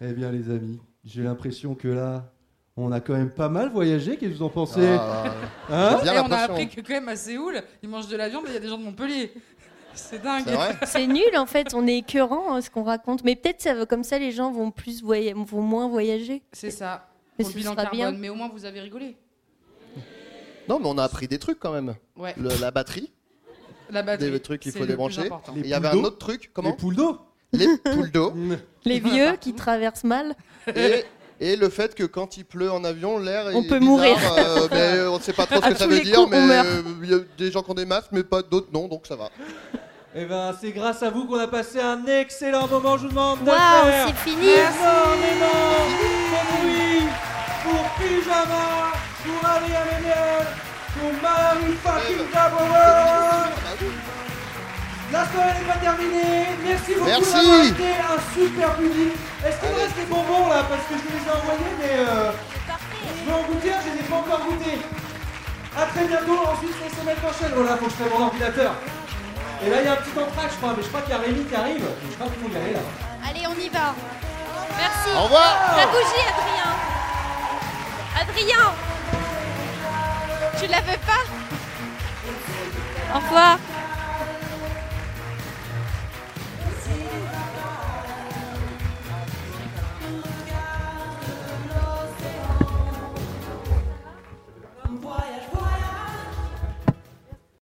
L: Eh bien, les amis, j'ai l'impression que là, on a quand même pas mal voyagé. Qu'est-ce que vous en pensez
K: Ah,
L: Hein
G: Et on a appris que quand même à Séoul, ils mangent de la viande et il y a des gens de Montpellier. C'est dingue.
E: C'est nul en fait, on est écœurant hein, ce qu'on raconte. Mais peut-être ça va- comme ça les gens vont plus voya- vont moins voyager.
G: C'est ça.
E: Mais
G: Pour le
E: ce
G: bilan
E: sera
G: carbone,
E: bien.
G: mais au moins vous avez rigolé.
K: Non, mais on a appris des trucs quand même.
G: Ouais.
K: Le- la batterie,
G: La batterie.
K: des trucs qu'il
G: c'est
K: faut
G: le plus
K: débrancher.
G: important.
K: Et Il y avait un autre truc, comment Hmm. Les
L: poules d'eau.
K: Les poules d'eau.
E: Les vieux qui traversent mal.
K: et, et le fait que quand il pleut en avion, l'air
E: On
K: est
E: peut
K: bizarre,
E: mourir.
K: euh, mais on ne sait pas trop ce
E: À
K: que ça
E: tous
K: veut
E: les
K: dire,
E: coups, on
K: mais
E: meurt.
K: euh, il y a des gens qui ont des masques, mais pas d'autres non, donc ça va.
L: Eh ben, c'est grâce à vous qu'on a passé un excellent moment. Je vous demande de
E: Waouh,
L: faire
E: c'est fini.
L: énormément de bruit pour Pyjama, pour Harry Améliel, pour Marie fucking Dabauer. La soirée n'est pas terminée. Merci beaucoup
K: Merci.
L: d'avoir été un super public. Est-ce qu'il me reste des bonbons là Parce que je les ai envoyés, mais euh, je vais en goûter. Je les ai pas encore goûtés. A très bientôt. Ensuite, on se met en chaîne. Oh là, faut que je fasse mon ordinateur. Et là, il y a un petit entraque, je crois, mais je crois qu'il y a Rémi qui arrive. Je crois qu'il faut y aller là.
B: Allez, on y va. Merci.
K: Au revoir.
B: La bougie, Adrien. Adrien. Tu la veux pas Au revoir.